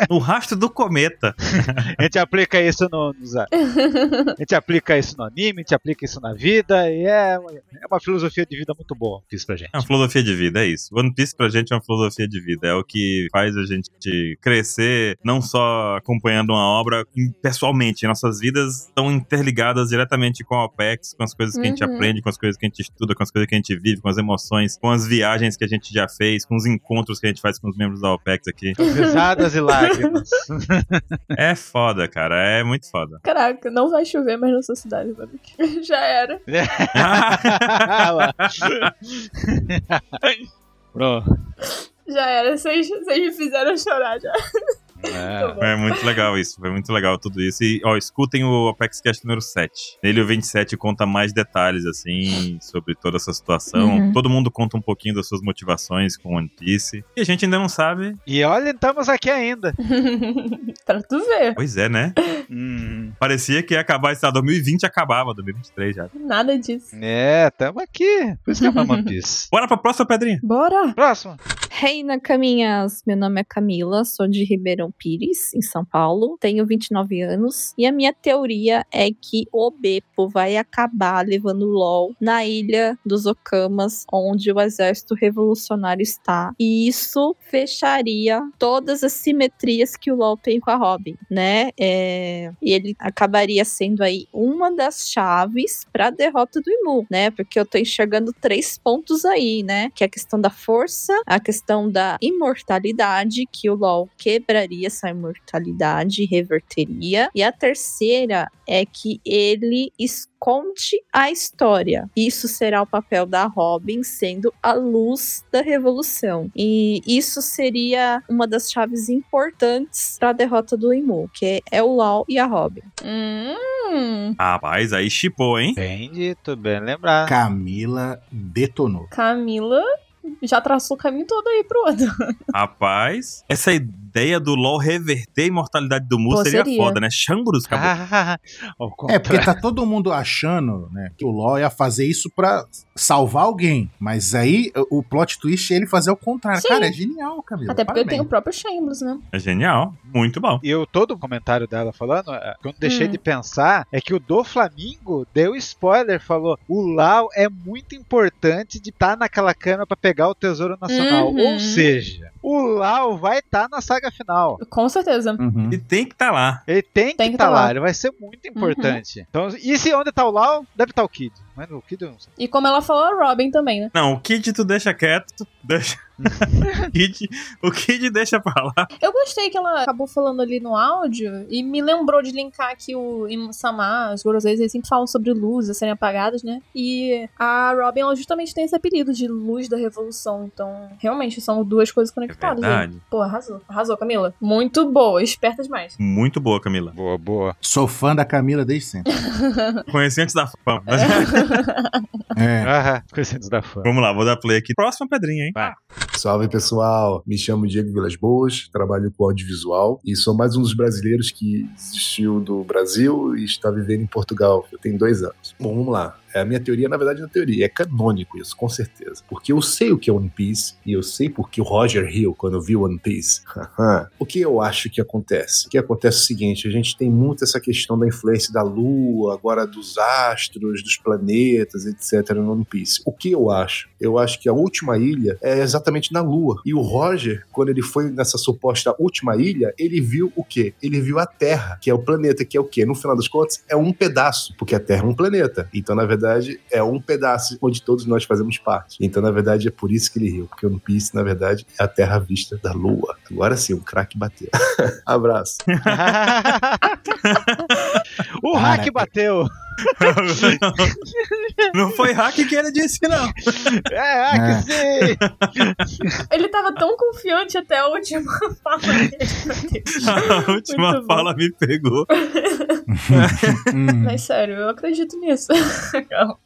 S1: no rastro do cometa.
S4: A gente aplica isso no, nos- a gente aplica isso no anime, a gente aplica isso na vida e é, uma- é uma filosofia de vida muito boa que isso pra gente.
S1: É uma filosofia de vida, é isso. One Piece pra gente é uma filosofia de vida. É o que faz a gente crescer, não só acompanhando uma obra em- pessoalmente. Nossas vidas estão interligadas diretamente com a OPEX, com as coisas que a gente
S2: Uhum.
S1: aprende, com as coisas que a gente estuda, com as coisas que a gente vive, com as emoções, com as viagens que a gente já fez, com os encontros que a gente faz com os membros da OPEX aqui.
S4: Risadas e lágrimas.
S1: É foda, cara. É muito foda.
S2: Caraca, não vai chover mais na sua cidade, Baruch. Já era.
S4: Pronto.
S2: Já era. Vocês vocês me fizeram chorar já. Tá
S4: É.
S2: bom.
S1: É muito legal isso, foi muito legal tudo isso. E, ó, escutem o Apex Cast número 7. Nele o 27 conta mais detalhes, assim, sobre toda essa situação.
S2: Uhum.
S1: Todo mundo conta um pouquinho das suas motivações com One Piece. E a gente ainda não sabe.
S4: E olha, estamos aqui ainda.
S2: pra tu ver.
S1: Pois é, né? Parecia que ia acabar, ah, sei lá, 2020 acabava, 2023 já.
S2: Nada didisso.
S4: É, estamos aqui. Por isso que é uma One Piece.
S1: Bora pra próxima pedrinha.
S2: Bora!
S4: Próximo.
S11: Reina Caminhas, meu nome é Camila, sou de Ribeirão Pires, em São Paulo, tenho 29 anos e a minha teoria é que o Beppo vai acabar levando o LOL na ilha dos Okamas, onde o exército revolucionário está, e isso fecharia todas as simetrias que o LOL tem com a Robin, né? É, E ele acabaria sendo aí uma das chaves para a derrota do Imu, né? Porque eu tô enxergando três pontos aí, né? Que é a questão da força, a questão da imortalidade, que o LoL quebraria essa imortalidade e reverteria. E a terceira é que ele esconde a história. Isso será o papel da Robin sendo a luz da revolução. E isso seria uma das chaves importantes para a derrota do Imu, que é o LoL e a Robin.
S2: Hum,
S1: Rapaz, aí chipou, hein?
S4: Bem dito, bem lembrado.
S3: Camila detonou.
S2: Camila já traçou o caminho todo aí pro outro.
S1: Rapaz, essa ideia do LOL reverter a imortalidade do Mu
S2: Pô,
S1: seria,
S2: seria. Ah.
S1: foda, né? Xangurus, acabou.
S4: Ao
S3: É, porque
S4: contrário.
S3: tá todo mundo achando, né, que o LoL ia fazer isso pra salvar alguém. Mas aí o plot twist é ele fazer o contrário.
S2: Sim.
S3: Cara, é genial, Camila.
S2: Até porque eu
S3: parabéns.
S2: tenho o próprio Chambers, né?
S1: É genial, muito bom.
S4: E eu, todo o comentário dela falando, é, que eu não deixei
S2: Hum.
S4: de pensar, é que o do Flamingo deu spoiler, falou: o Lau é muito importante de estar naquela cana pra pegar o Tesouro Nacional.
S2: Uhum.
S4: Ou seja, o Lau vai estar na saga final. Hum.
S2: Com certeza.
S3: Uhum.
S1: E tem que estar tá lá.
S4: Ele tem que
S2: Tem que
S4: estar
S2: tá
S4: lá.
S2: lá.
S4: ele vai ser muito importante. Então, e se onde tá o Lau, deve estar o Kid. Mas o Kid eu não sei.
S2: E como ela falou, a Robin também, né?
S1: Não, o Kid tu deixa quieto, tu deixa. o, Kid, o Kid deixa pra lá.
S2: Eu gostei que ela acabou falando ali no áudio e me lembrou de linkar que o Samar, os Goroseis, eles sempre falam sobre luzes serem apagadas, né? E a Robin, ela justamente tem esse apelido de luz da revolução. Então, realmente, são duas coisas conectadas. né?
S1: verdade.
S2: Pô, arrasou. Arrasou, Camila. Muito boa, esperta demais.
S1: Muito boa, Camila.
S4: Boa, boa.
S3: Sou fã da Camila desde sempre.
S1: Conheci antes da fama.
S3: é.
S4: Aham, conhecidos da fã.
S1: Vamos lá, vou dar play aqui. Próxima pedrinha, hein?
S4: Vai.
S12: Salve pessoal, me chamo Diego Vilas Boas, trabalho com audiovisual e sou mais um dos brasileiros que desistiu do Brasil e está vivendo em Portugal. Eu tenho dois anos. Bom, vamos lá. É a minha teoria, na verdade, não é teoria, é canônico isso, com certeza. Porque eu sei o que é One Piece e eu sei porque o Roger Hill, quando viu One Piece, o que eu acho que acontece? O que acontece é o seguinte: a gente tem muito essa questão da influência da Lua, agora dos astros, dos planetas, etc., no One Piece. O que eu acho? Eu acho que a última ilha é exatamente na Lua. E o Roger, quando ele foi nessa suposta última ilha, ele viu o quê? Ele viu a Terra, que é o planeta, que é o quê? No final das contas, é um pedaço, porque a Terra é um planeta. Então, na verdade, é um pedaço onde todos nós fazemos parte. Então, na verdade, é por isso que ele riu, porque o One Piece, na verdade, é a Terra vista da Lua. Agora sim, o craque bateu. Abraço.
S4: o hack
S3: Caraca.
S4: bateu.
S1: Não foi hack que ele disse, não.
S4: É, ah, que sim!
S3: É.
S2: Ele tava tão confiante até a última fala dele.
S1: A última
S2: Muito bom.
S1: fala me pegou.
S3: Hum.
S2: Mas sério, eu acredito nisso.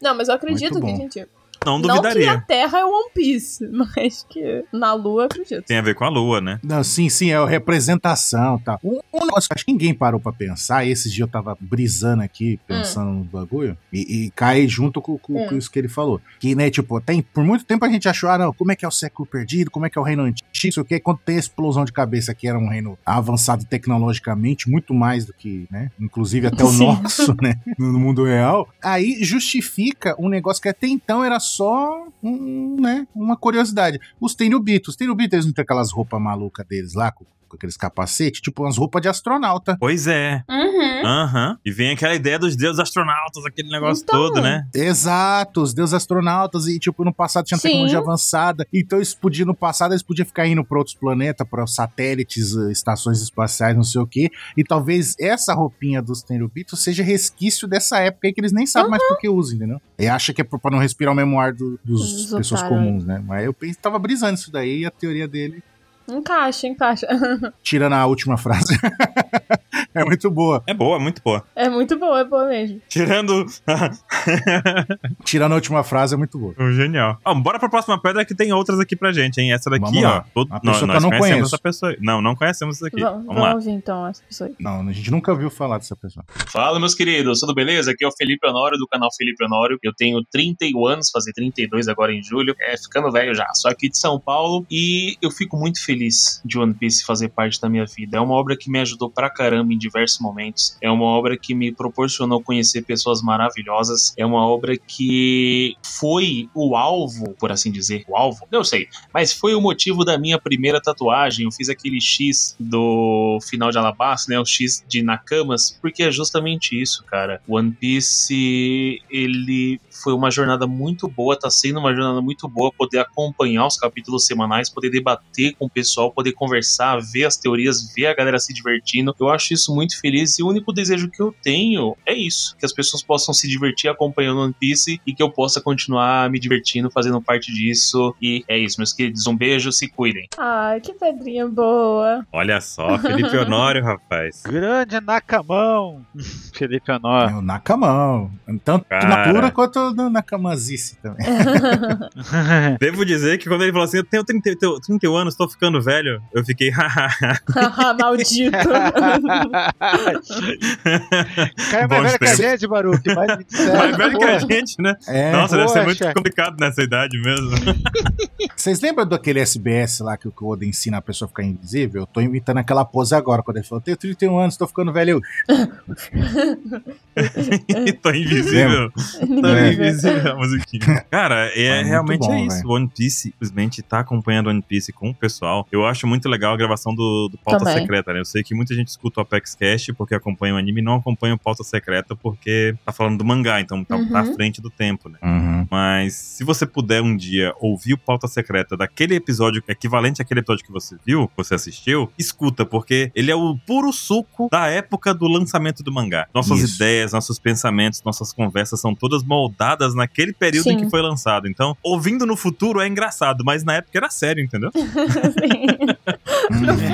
S2: Não, mas eu acredito
S3: Muito
S2: que,
S3: bom.
S2: gente.
S1: Não
S2: Não que
S1: duvidaria.
S2: a Terra é One Piece, mas que na Lua eu acredito.
S1: Tem a ver com a lua, né?
S3: Não, sim, sim, é o representação, tá. Um, um negócio que acho que ninguém parou pra pensar, esse dia eu tava brisando aqui, pensando no bagulho, e, e cai junto com, com-
S2: Hum.
S3: com isso que ele falou. Que, né, tipo, tem, por muito tempo a gente achou, ah, não, como é que é o século perdido, como é que é o reino antigo, não sei o que, quando tem a explosão de cabeça que era um reino avançado tecnologicamente, muito mais do que, né, inclusive até o
S2: Sim.
S3: nosso, né, no no mundo real, aí justifica um negócio que até então era só, um, né, uma curiosidade. Os Tenryubito. Os Tenryubito, eles não têm aquelas roupas malucas deles lá, com, com aqueles capacetes, tipo umas roupas de astronauta.
S1: Pois é.
S2: Uhum.
S1: Aham. E vem aquela ideia dos deuses astronautas, aquele negócio
S2: Então.
S1: todo, né?
S3: Exato, os deuses astronautas, e tipo, no passado tinha
S2: Sim.
S3: tecnologia avançada, então eles podiam, no passado, eles podiam ficar indo pra outros planetas, pra satélites, eh, estações espaciais, não sei o quê, e talvez essa roupinha dos Tenryubito seja resquício dessa época aí que eles nem sabem mais por que usam, entendeu? E acha que é pra não respirar o memoário do- dos
S2: Dos
S3: pessoas
S2: otários.
S3: comuns, né? Mas eu pense- tava brisando isso daí, e a teoria dele
S2: Encaixa, encaixa.
S3: tirando a última frase. é muito boa.
S1: É boa, muito boa.
S2: É muito boa, é boa mesmo.
S1: Tirando.
S3: Tirando a última frase é muito boa.
S1: Genial. Ó, bora pra próxima pedra que tem outras aqui pra gente, hein? Essa daqui,
S3: Vamos
S1: ó.
S3: lá.
S1: todo-
S3: Uma
S1: nó-
S3: pessoa que
S1: nós
S3: eu não
S1: conhecemos
S3: conheço.
S1: essa pessoa. Não, não conhecemos isso aqui.
S2: Vamos,
S1: Vamos, lá.
S2: ouvir então essa pessoa aí.
S3: Não, a gente nunca viu falar dessa pessoa.
S7: Fala, meus queridos, tudo beleza? Aqui é o Felipe Honório, do canal Felipe Honório. Eu tenho 31 anos, fazer 32 agora em julho. É, ficando velho já. Sou aqui de São Paulo e eu fico muito feliz de One Piece fazer parte da minha vida. É uma obra que me ajudou pra caramba em diversos momentos. É uma obra que me proporcionou conhecer pessoas maravilhosas. É uma obra que foi o alvo, por assim dizer, o alvo? Não sei mas foi o motivo da minha primeira tatuagem. Eu fiz aquele X do final de Alabasta, né? O X de Nakamas, porque é justamente isso, cara. One Piece, ele foi uma jornada muito boa, tá sendo uma jornada muito boa poder acompanhar os capítulos semanais, poder debater com o pessoal, poder conversar, ver as teorias, ver a galera se divertindo. Eu acho isso muito feliz e o único desejo que eu tenho é isso, que as pessoas possam se divertir acompanhando One Piece e que eu possa continuar me divertindo fazendo parte disso. E é isso, meus queridos, um beijo, se cuidem.
S2: Ai, que pedrinha boa.
S1: Olha só, Felipe Honório, rapaz.
S4: Grande Nakamão! Felipe Honor.
S3: É o Nakamão. Tanto
S1: Cara.
S3: na pura quanto na Nakamazice também.
S1: Devo dizer que quando ele falou assim, eu tenho 30, tenho 31 anos, tô ficando velho, eu fiquei, hahaha.
S2: Haha, Maldito.
S4: Cara, é mais
S1: Bons
S4: velho que a
S1: tempos.
S4: gente, Baruque. Mais de 27,
S1: Mais velho que
S4: porra.
S1: a gente, né?
S3: É.
S1: Nossa, deve ser muito
S4: poxa.
S1: complicado nessa idade mesmo.
S3: Vocês lembram daquele SBS lá que o Oda ensina a pessoa a ficar invisível? Eu tô imitando aquela pose agora, quando ele falou: tenho 31 anos, tô ficando velho.
S1: Tô invisível. Tô
S2: Ninguém vê.
S1: invisível a musiquinha. Cara,
S3: É
S1: é,
S3: muito
S1: realmente
S3: bom,
S1: é isso.
S3: velho.
S1: One Piece simplesmente tá acompanhando One Piece com o pessoal. Eu acho muito legal a gravação do, do Pauta
S2: Também.
S1: Secreta, né? Eu sei que muita gente escuta o Apex Cash porque acompanha o anime e não acompanha o Pauta Secreta porque tá falando do mangá, então tá, tá à
S2: Uhum.
S1: frente do tempo, né?
S3: Uhum.
S1: Mas se você puder um dia ouvir o Pauta Secreta daquele episódio equivalente àquele episódio que você viu, que você assistiu, escuta, porque ele é o puro suco da época do lançamento do mangá. Nossas
S3: Isso.
S1: ideias, nossos pensamentos, nossas conversas são todas moldadas naquele período em
S2: Sim.
S1: que foi lançado. Então, ouvindo no futuro é engraçado, mas na época era sério, entendeu?
S2: No futuro,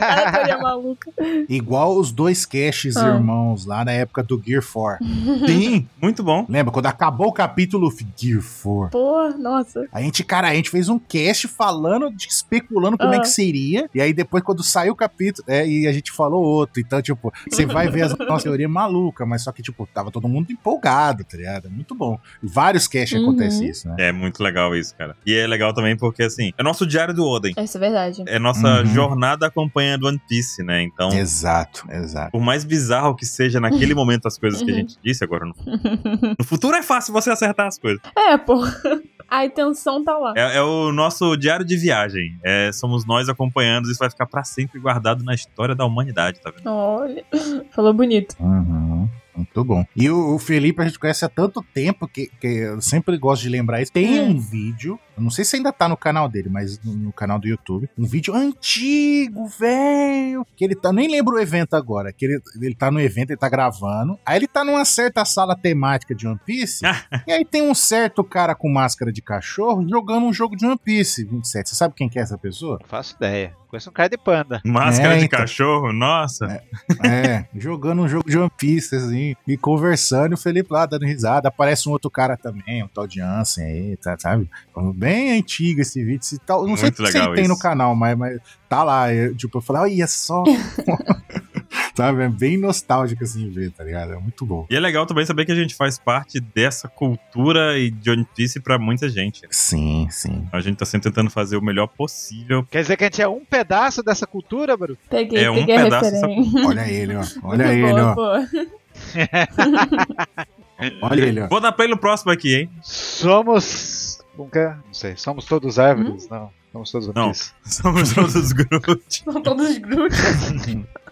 S2: cara, teoria maluca.
S3: Igual os dois caches
S2: Ah.
S3: irmãos lá na época do Gear 4.
S1: Sim, muito bom.
S3: Lembra? Quando acabou o capítulo, eu falei, Gear 4.
S2: Pô, nossa.
S3: A gente, cara, a gente fez um cast falando, de- especulando como
S2: Ah.
S3: é que seria. E aí depois, quando saiu o capítulo, é, e a gente falou outro. Então, tipo, você vai ver as nossa teoria maluca, mas só que, tipo, tava todo mundo empolgado, tá ligado? É Muito bom. Vários casts
S2: Uhum.
S3: acontece isso, né?
S1: É muito legal isso, cara. E é legal também porque, assim, é nosso diário do Oden.
S2: Essa é verdade.
S1: É nossa
S3: Uhum.
S1: jornada acompanhando One Piece, né? Então,
S3: Exato, exato.
S1: Por mais bizarro que seja naquele momento as coisas que
S2: Uhum.
S1: a gente disse agora. No, no futuro é fácil você acertar as coisas.
S2: É, pô. A intenção tá lá.
S1: É, é o nosso diário de viagem. É, somos nós acompanhando. Isso vai ficar pra sempre guardado na história da humanidade, tá vendo?
S2: Olha. Falou bonito.
S3: Uhum. Muito bom. E o, o Felipe a gente conhece há tanto tempo que, que eu sempre gosto de lembrar isso. Tem um vídeo, eu não sei se ainda tá no canal dele, mas no, no canal do YouTube, um vídeo antigo, velho, que ele tá, nem lembro o evento agora, que ele, ele tá no evento, ele tá gravando, aí ele tá numa certa sala temática de One Piece, e aí tem um certo cara com máscara de cachorro jogando um jogo de One Piece 27. Você sabe quem que é essa pessoa?
S4: Não faço ideia. Conheço um cara de panda.
S1: Máscara
S3: É,
S1: de
S3: então.
S1: cachorro, nossa.
S3: É, jogando um jogo de One Piece, assim, e conversando, e o Felipe lá dando risada. Aparece um outro cara também, um tal de Ansem aí, tá, sabe? Então, Bem antigo esse vídeo. Esse tal. Não sei
S1: Muito
S3: se ele
S1: legal
S3: tem
S1: isso.
S3: no canal, mas, mas tá lá. Eu, tipo, eu falei, olha só. sabe? É bem nostálgico assim ver, tá ligado? É muito bom.
S1: E é legal também saber que a gente faz parte dessa cultura e de One Piece pra muita gente. né?
S3: Sim, sim.
S1: A gente tá sempre tentando fazer o melhor possível.
S4: Quer dizer que a gente é um pedaço dessa cultura, Baru?
S2: Peguei,
S1: É um
S2: peguei a
S1: pedaço dessa-
S2: referência.
S3: Olha ele, ó. Olha
S2: Muito
S3: ele,
S2: boa,
S3: ó.
S2: boa.
S3: Olha ele, ó.
S1: Vou dar play no próximo aqui, hein?
S4: Somos. Como que é? Não sei. Somos todos
S2: Hum?
S4: árvores? Não. Somos todos
S1: Não.
S4: zumbis.
S1: Somos todos Groot.
S2: São todos grupos.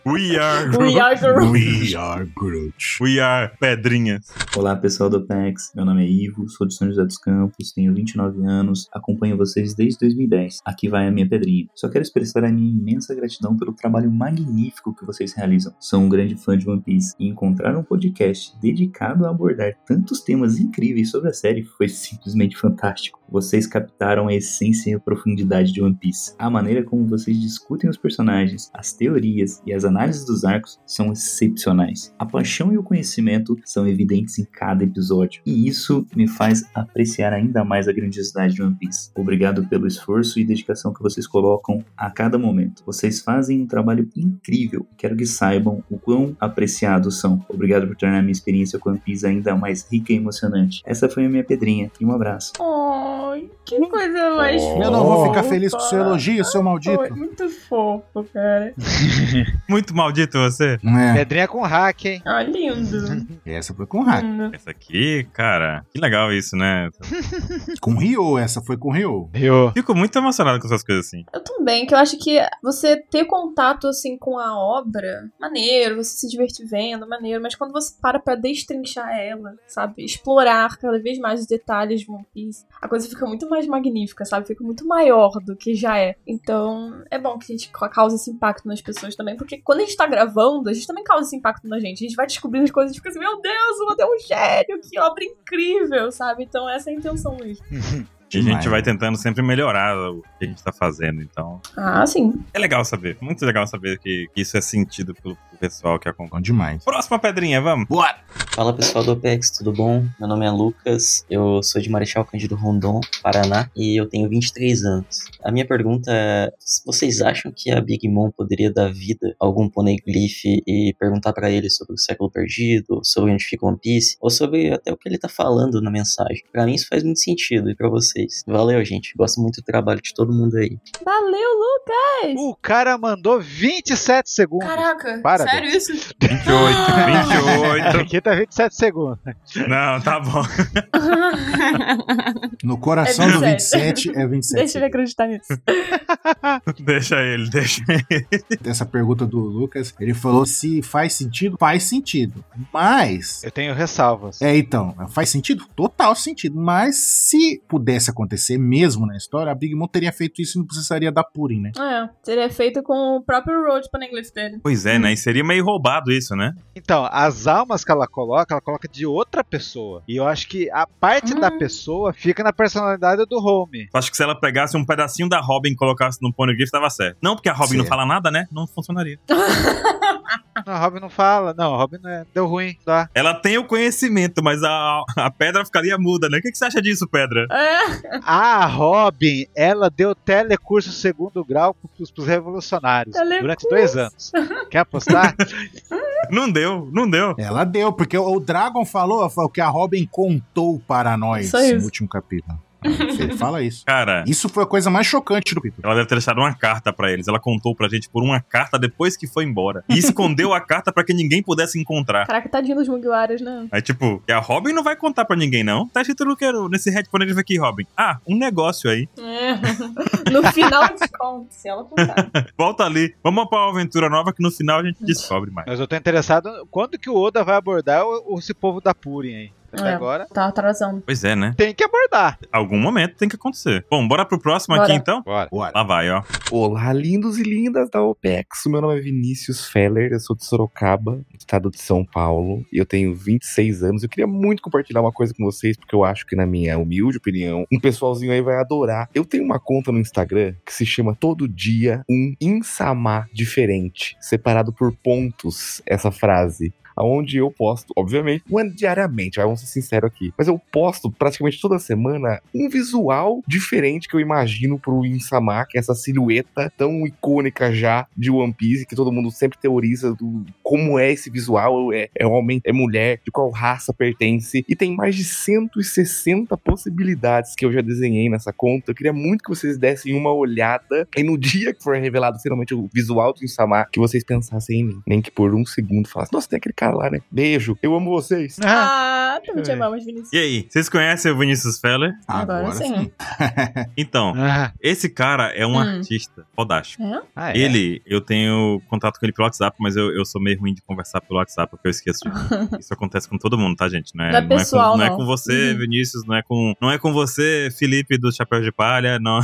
S1: We are
S2: We
S1: Groot.
S2: are Groot.
S3: We are Groot.
S1: We are Pedrinhas.
S13: Olá pessoal do PEX, meu nome é Ivo, sou de São José dos Campos, tenho 29 anos, acompanho vocês desde 2010. Aqui vai a minha pedrinha. Só quero expressar a minha imensa gratidão pelo trabalho magnífico que vocês realizam. Sou um grande fã de One Piece e encontrar um podcast dedicado a abordar tantos temas incríveis sobre a série foi simplesmente fantástico. Vocês captaram a essência e a profundidade de One Piece. A maneira como vocês discutem os personagens, as teorias e as análises dos arcos são excepcionais. A paixão e o conhecimento são evidentes em cada episódio, e isso me faz apreciar ainda mais a grandiosidade de One Piece. Obrigado pelo esforço e dedicação que vocês colocam a cada momento. Vocês fazem um trabalho incrível. Quero que saibam o quão apreciados são. Obrigado por tornar minha experiência com One Piece ainda mais rica e emocionante. Essa foi a minha pedrinha e um abraço.
S2: Ai, que coisa mais fofa.
S3: Eu não vou ficar feliz com o seu elogio, seu
S2: Foi
S3: maldito.
S2: muito fofo, cara.
S1: Muito maldito você.
S3: É.
S4: Pedrinha com hack, hein?
S2: Ah, lindo.
S3: Essa foi com hack.
S2: lindo.
S1: Essa aqui, cara, que legal isso, né?
S3: Com Rio, essa foi com Rio.
S4: Eu.
S1: Fico muito emocionado com essas coisas assim.
S2: Eu também, que eu acho que você ter contato, assim, com a obra, maneiro, você se divertir vendo, maneiro, mas quando você para pra destrinchar ela, sabe? Explorar cada vez mais os detalhes de One Piece, a coisa fica muito mais magnífica, sabe? Fica muito maior do que já é. Então, é bom que a gente ca- cause esse impacto nas pessoas também, porque quando a gente tá gravando, a gente também causa esse impacto na gente. A gente vai descobrindo as coisas e fica assim, meu Deus, o Oda é um gênio, que obra incrível, sabe? Então, essa é a intenção mesmo.
S1: E a
S3: Demais.
S1: gente vai tentando sempre melhorar o que a gente tá fazendo, então.
S2: Ah, sim.
S1: É legal saber, muito legal saber que que isso é sentido pelo pessoal que acompanha.
S3: Bom demais.
S1: Próxima pedrinha, vamos.
S3: Bora!
S13: Fala pessoal do OPEX, tudo bom? Meu nome é Lucas, eu sou de Marechal Cândido Rondon, Paraná, e eu tenho 23 anos. A minha pergunta é: vocês acham que a Big Mom poderia dar vida a algum poneglyph e perguntar pra ele sobre o século perdido, sobre onde fica One Piece, ou sobre até o que ele tá falando na mensagem? Pra mim isso faz muito sentido, e pra vocês? Valeu, gente, gosto muito do trabalho de todo mundo aí.
S2: Valeu, Lucas!
S4: O cara mandou 27 segundos.
S2: Caraca,
S4: Parabéns.
S2: sério isso?
S1: 28,
S4: Aqui tá 27 segundos.
S1: 28. Não, tá bom.
S3: No coração do
S2: 27.
S3: 27 é 27.
S2: Deixa ele acreditar nisso.
S1: Deixa ele, deixa ele.
S3: Essa pergunta do Lucas, ele falou se faz sentido, faz sentido. Mas.
S4: Eu tenho ressalvas.
S3: É, então, faz sentido? Total sentido. Mas se pudesse acontecer mesmo na história, a Big Mom teria feito isso e não precisaria da Purim, né?
S2: É, seria feito com o próprio Road Panenglish dele.
S1: Pois é, né? E seria meio roubado isso, né?
S4: Então, as almas que ela coloca, ela coloca de outra pessoa. E eu acho que a parte
S2: Hum.
S4: da pessoa fica na personalidade do home.
S1: Acho que se ela pegasse um pedacinho da Robin e colocasse no Poneglyph, tava certo. Não, porque a Robin não
S3: Certo.
S1: fala nada, né? Não funcionaria.
S2: Ah.
S4: Não, Robin não fala. Não, Robin não é. Deu ruim, tá?
S1: Ela tem o conhecimento, mas a, a pedra ficaria muda, né? O que, que você acha disso, pedra?
S2: É,
S4: A Robin, ela deu telecurso segundo grau pros, pros revolucionários.
S2: Telecurso.
S4: Durante dois anos. Quer apostar?
S1: Não deu, não deu.
S3: Ela deu, porque o Dragon falou, falou que a Robin contou para nós
S2: Só isso.
S3: no último capítulo. Você fala isso.
S1: Cara,
S3: Isso foi a coisa mais chocante do Pipo.
S1: ela deve ter deixado uma carta pra eles. Ela contou pra gente por uma carta depois que foi embora. E escondeu a carta pra que ninguém pudesse encontrar.
S2: Caraca, tadinho dos Mugiwaras, né?
S1: Aí, tipo, que a Robin não vai contar pra ninguém, não. Tá escrito no que, nesse headphone aqui, Robin. Ah, um negócio aí.
S2: É. No final de contas, se ela contar.
S1: Volta ali. Vamos pra uma aventura nova que no final a gente descobre mais.
S4: Mas eu tô interessado quando que o Oda vai abordar o, o- esse povo da Purim aí. Até
S2: É.
S4: agora.
S2: Tá atrasando.
S1: Pois é, né?
S4: Tem que abordar.
S1: Algum momento tem que acontecer. Bom, bora pro próximo
S2: Bora.
S1: aqui então?
S4: Bora.
S3: Bora.
S1: Lá vai, ó.
S14: Olá, lindos e lindas da OPEX. O Meu nome é Vinícius Feller, eu sou de Sorocaba, estado de São Paulo, e eu tenho 26 anos. Eu queria muito compartilhar uma coisa com vocês, porque eu acho que, na minha humilde opinião, um pessoalzinho aí vai adorar. Eu tenho uma conta no Instagram que se chama Todo Dia Um Insamá Diferente, separado por pontos, essa frase aonde eu posto, obviamente, não é diariamente, vai, vamos ser sinceros aqui, mas eu posto praticamente toda semana um visual diferente que eu imagino pro Insama, que é essa silhueta tão icônica já de One Piece, que todo mundo sempre teoriza do como é esse visual, é, é homem, é mulher, de qual raça pertence, e tem mais de 160 possibilidades que eu já desenhei nessa conta, eu queria muito que vocês dessem uma olhada, e no dia que for revelado finalmente o visual do Insama, que vocês pensassem em mim, nem que por um segundo falassem, nossa, tem aquele cara lá, né? Beijo, eu amo vocês.
S2: Ah, também te
S4: É.
S2: amamos, Vinícius.
S1: E aí, vocês conhecem o Vinícius Feller?
S2: Agora sim.
S1: Então,
S4: Ah,
S1: esse cara é um
S2: Hum.
S1: artista fodástico.
S4: ah, é.
S1: Ele, eu tenho contato com ele pelo WhatsApp, mas eu, eu sou meio ruim de conversar pelo WhatsApp, porque eu esqueço. de- Isso acontece com todo mundo, tá, gente? Não é,
S2: Não é pessoal,
S1: com, não é
S2: não.
S1: com você,
S2: Uhum.
S1: Vinícius, não é com, não é com você, Felipe do Chapéu de Palha, não.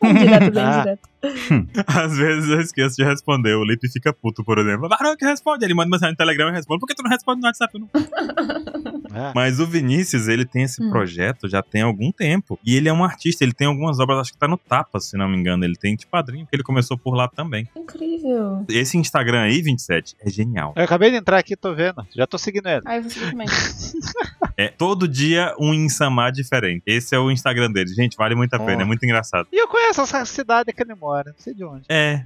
S2: Direto, bem
S4: Ah.
S2: direto.
S1: Às vezes eu esqueço de responder. O Lipe fica puto, por exemplo. Barão que responde. Ele manda mensagem no Telegram e responde. Por que tu não responde no WhatsApp? Eu não
S4: Ah.
S1: Mas o Vinícius, ele tem esse
S2: Hum.
S1: projeto já tem algum tempo. E ele é um artista, ele tem algumas obras, acho que tá no Tapa, se não me engano. Ele tem de padrinho, porque ele começou por lá também.
S2: Incrível.
S1: Esse Instagram aí, 27, é genial.
S4: Eu acabei de entrar aqui, tô vendo. É, Já tô seguindo ele.
S2: Aí você também.
S1: É todo dia um Insamar diferente. Esse é o Instagram dele. Gente, vale muito a pena,
S4: Ó.
S1: é muito engraçado.
S4: E eu conheço essa cidade que ele mora. Não sei de onde.
S1: É,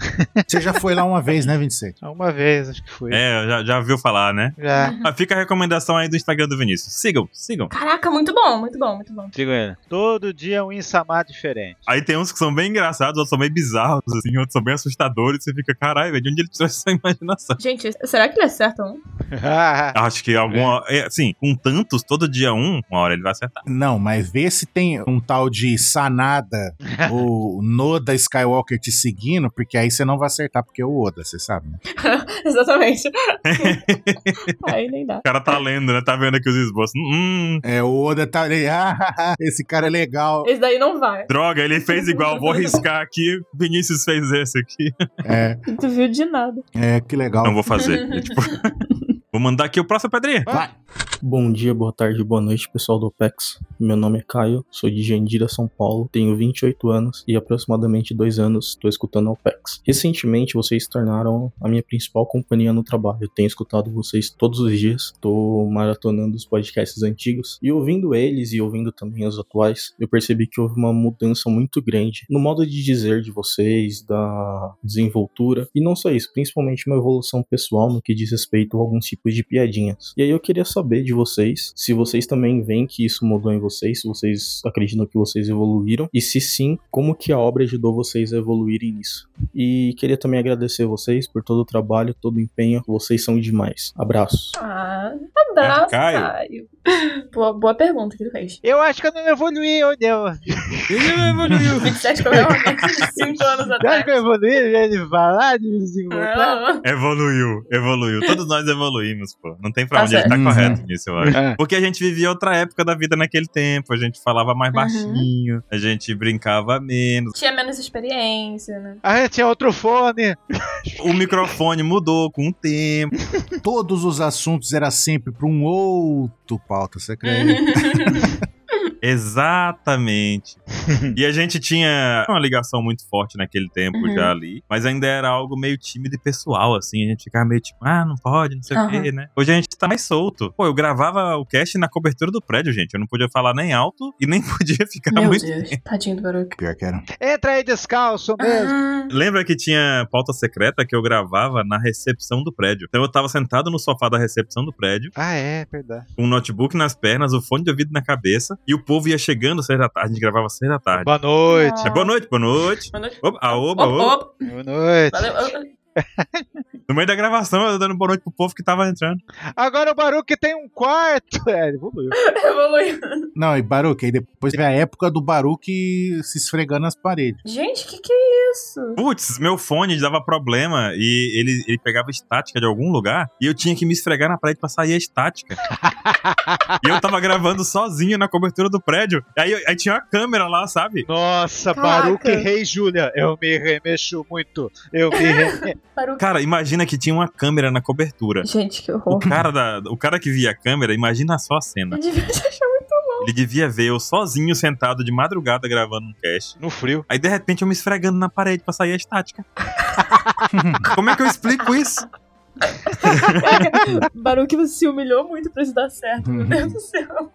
S3: Você já foi lá uma vez, né, 26?
S4: Uma vez, acho que foi.
S1: é, já, já ouviu falar, né?
S4: Já.
S1: Ah, Fica a recomendação aí do Instagram do Vinícius. Sigam, sigam.
S2: Caraca, muito bom, muito bom, muito bom.
S4: Digo ele. Todo dia um insamar diferente.
S1: Aí tem uns que são bem engraçados, outros são bem bizarros, assim, outros são bem assustadores. Você fica, caralho, velho, de onde ele tirou essa imaginação?
S2: Gente, será que ele acerta um?
S1: Acho que alguma. É, assim, com tantos, todo dia um, uma hora ele vai acertar.
S3: Não, mas vê se tem um tal de Sanada ou Noda Skywalker te seguindo, porque aí você não vai acertar, porque é o Oda, você sabe, né?
S2: Exatamente. Aí nem dá.
S1: O cara tá lendo, né? Tá vendo aqui os esboços. Hum,
S3: É, o Oda tá ali, ah, esse cara é legal.
S2: Esse daí não vai.
S1: droga, ele fez igual, vou riscar aqui. Vinícius fez esse aqui.
S3: É,
S2: Tu viu de nada.
S3: é, que legal.
S15: Então,
S1: Não vou fazer. É, tipo, vou mandar aqui o próximo pedrinho.
S15: Bom dia, boa tarde, boa noite, pessoal do OPEX. Meu nome é Caio, sou de Jandira, São Paulo, tenho 28 anos e aproximadamente dois anos estou escutando a OPEX. Recentemente, vocês se tornaram a minha principal companhia no trabalho. Eu tenho escutado vocês todos os dias, estou maratonando os podcasts antigos e ouvindo eles e ouvindo também os atuais, eu percebi que houve uma mudança muito grande no modo de dizer de vocês, da desenvoltura e não só isso, principalmente uma evolução pessoal no que diz respeito a alguns tipos de piadinhas. E aí eu queria saber de vocês se vocês também veem que isso mudou em vocês, se vocês acreditam que vocês evoluíram e se sim, como que a obra ajudou vocês a evoluírem nisso. E queria também agradecer vocês por todo o trabalho, todo o empenho, vocês são demais. Abraços.
S2: Ah, abraço,
S1: É, Caio.
S2: Caio. Boa, boa pergunta que ele fez.
S4: Eu acho que eu não evoluí, ô Deus.
S2: 27 provavelmente 5 anos
S4: Eu acho
S2: atrás.
S4: que eu evoluí, ele vai lá, desenvolver.
S2: Não.
S1: Evoluiu, evoluiu. Todos nós evoluímos, pô. Não tem pra
S2: Tá
S1: onde ele tá
S3: certo.
S1: correto nisso, eu acho.
S4: É.
S1: Porque a gente vivia outra época da vida naquele tempo. A gente falava mais baixinho, a gente brincava menos.
S2: Tinha menos experiência, né?
S4: Ah,
S1: É
S4: tinha outro fone.
S1: O microfone mudou com o tempo.
S3: Todos os assuntos era sempre pra um outro pauta secreta.
S1: Exatamente. e a gente tinha uma ligação muito forte naquele tempo
S2: Uhum.
S1: já ali, mas ainda era algo meio tímido e pessoal, assim. A gente ficava meio tipo, ah, não pode, não sei o quê,
S2: Aham.
S1: né? Hoje a gente tá mais solto. Pô, eu gravava o cast na cobertura do prédio, gente. Eu não podia falar nem alto e nem podia ficar
S2: Meu
S1: muito.
S2: Deus, tadinho do Baruque.
S3: Pior que era.
S4: Entra aí descalço mesmo.
S1: Lembra que tinha pauta secreta que eu gravava na recepção do prédio? Então eu tava sentado no sofá da recepção do prédio,
S4: Ah, é, verdade.
S1: com um notebook nas pernas, o fone de ouvido na cabeça, e o povo ia chegando às seis da tarde, a gente gravava às seis da tarde.
S4: Boa noite.
S1: É, boa noite, boa noite.
S2: Boa noite.
S1: Opa, ah, oba, oba.
S4: Boa noite.
S2: Valeu, ah,
S1: No meio da gravação, eu dando boa noite pro povo que tava entrando.
S4: Agora o Baruque tem um quarto. É, ele evoluiu.
S2: ah, evoluiu.
S3: Não, e Baruque, aí depois veio a época do Baruque se esfregando nas paredes.
S2: Gente, que que é isso?
S1: Putz, meu fone dava problema e ele, ele pegava estática de algum lugar e eu tinha que me esfregar na parede pra sair a estática. e eu tava gravando sozinho na cobertura do prédio. Aí, aí tinha uma câmera lá, sabe?
S4: Nossa,
S2: Caraca.
S4: Tá, Baruque Rei Júlia. Eu me remexo muito. Eu me remexo.
S2: Baruque.
S1: Cara, imagina que tinha uma câmera na cobertura.
S2: Gente, que
S1: O
S2: horror.
S1: cara, da, o cara que via a câmera, imagina só a
S2: Eu
S1: cena.
S2: devia te achar muito
S1: Ele devia ver eu sozinho, sentado de madrugada, gravando um cast.
S4: No frio.
S1: Aí, de repente, eu me esfregando na parede pra sair a estática. Como é que eu explico isso?
S2: Baruque, você se humilhou muito pra isso dar certo. Meu Deus do céu.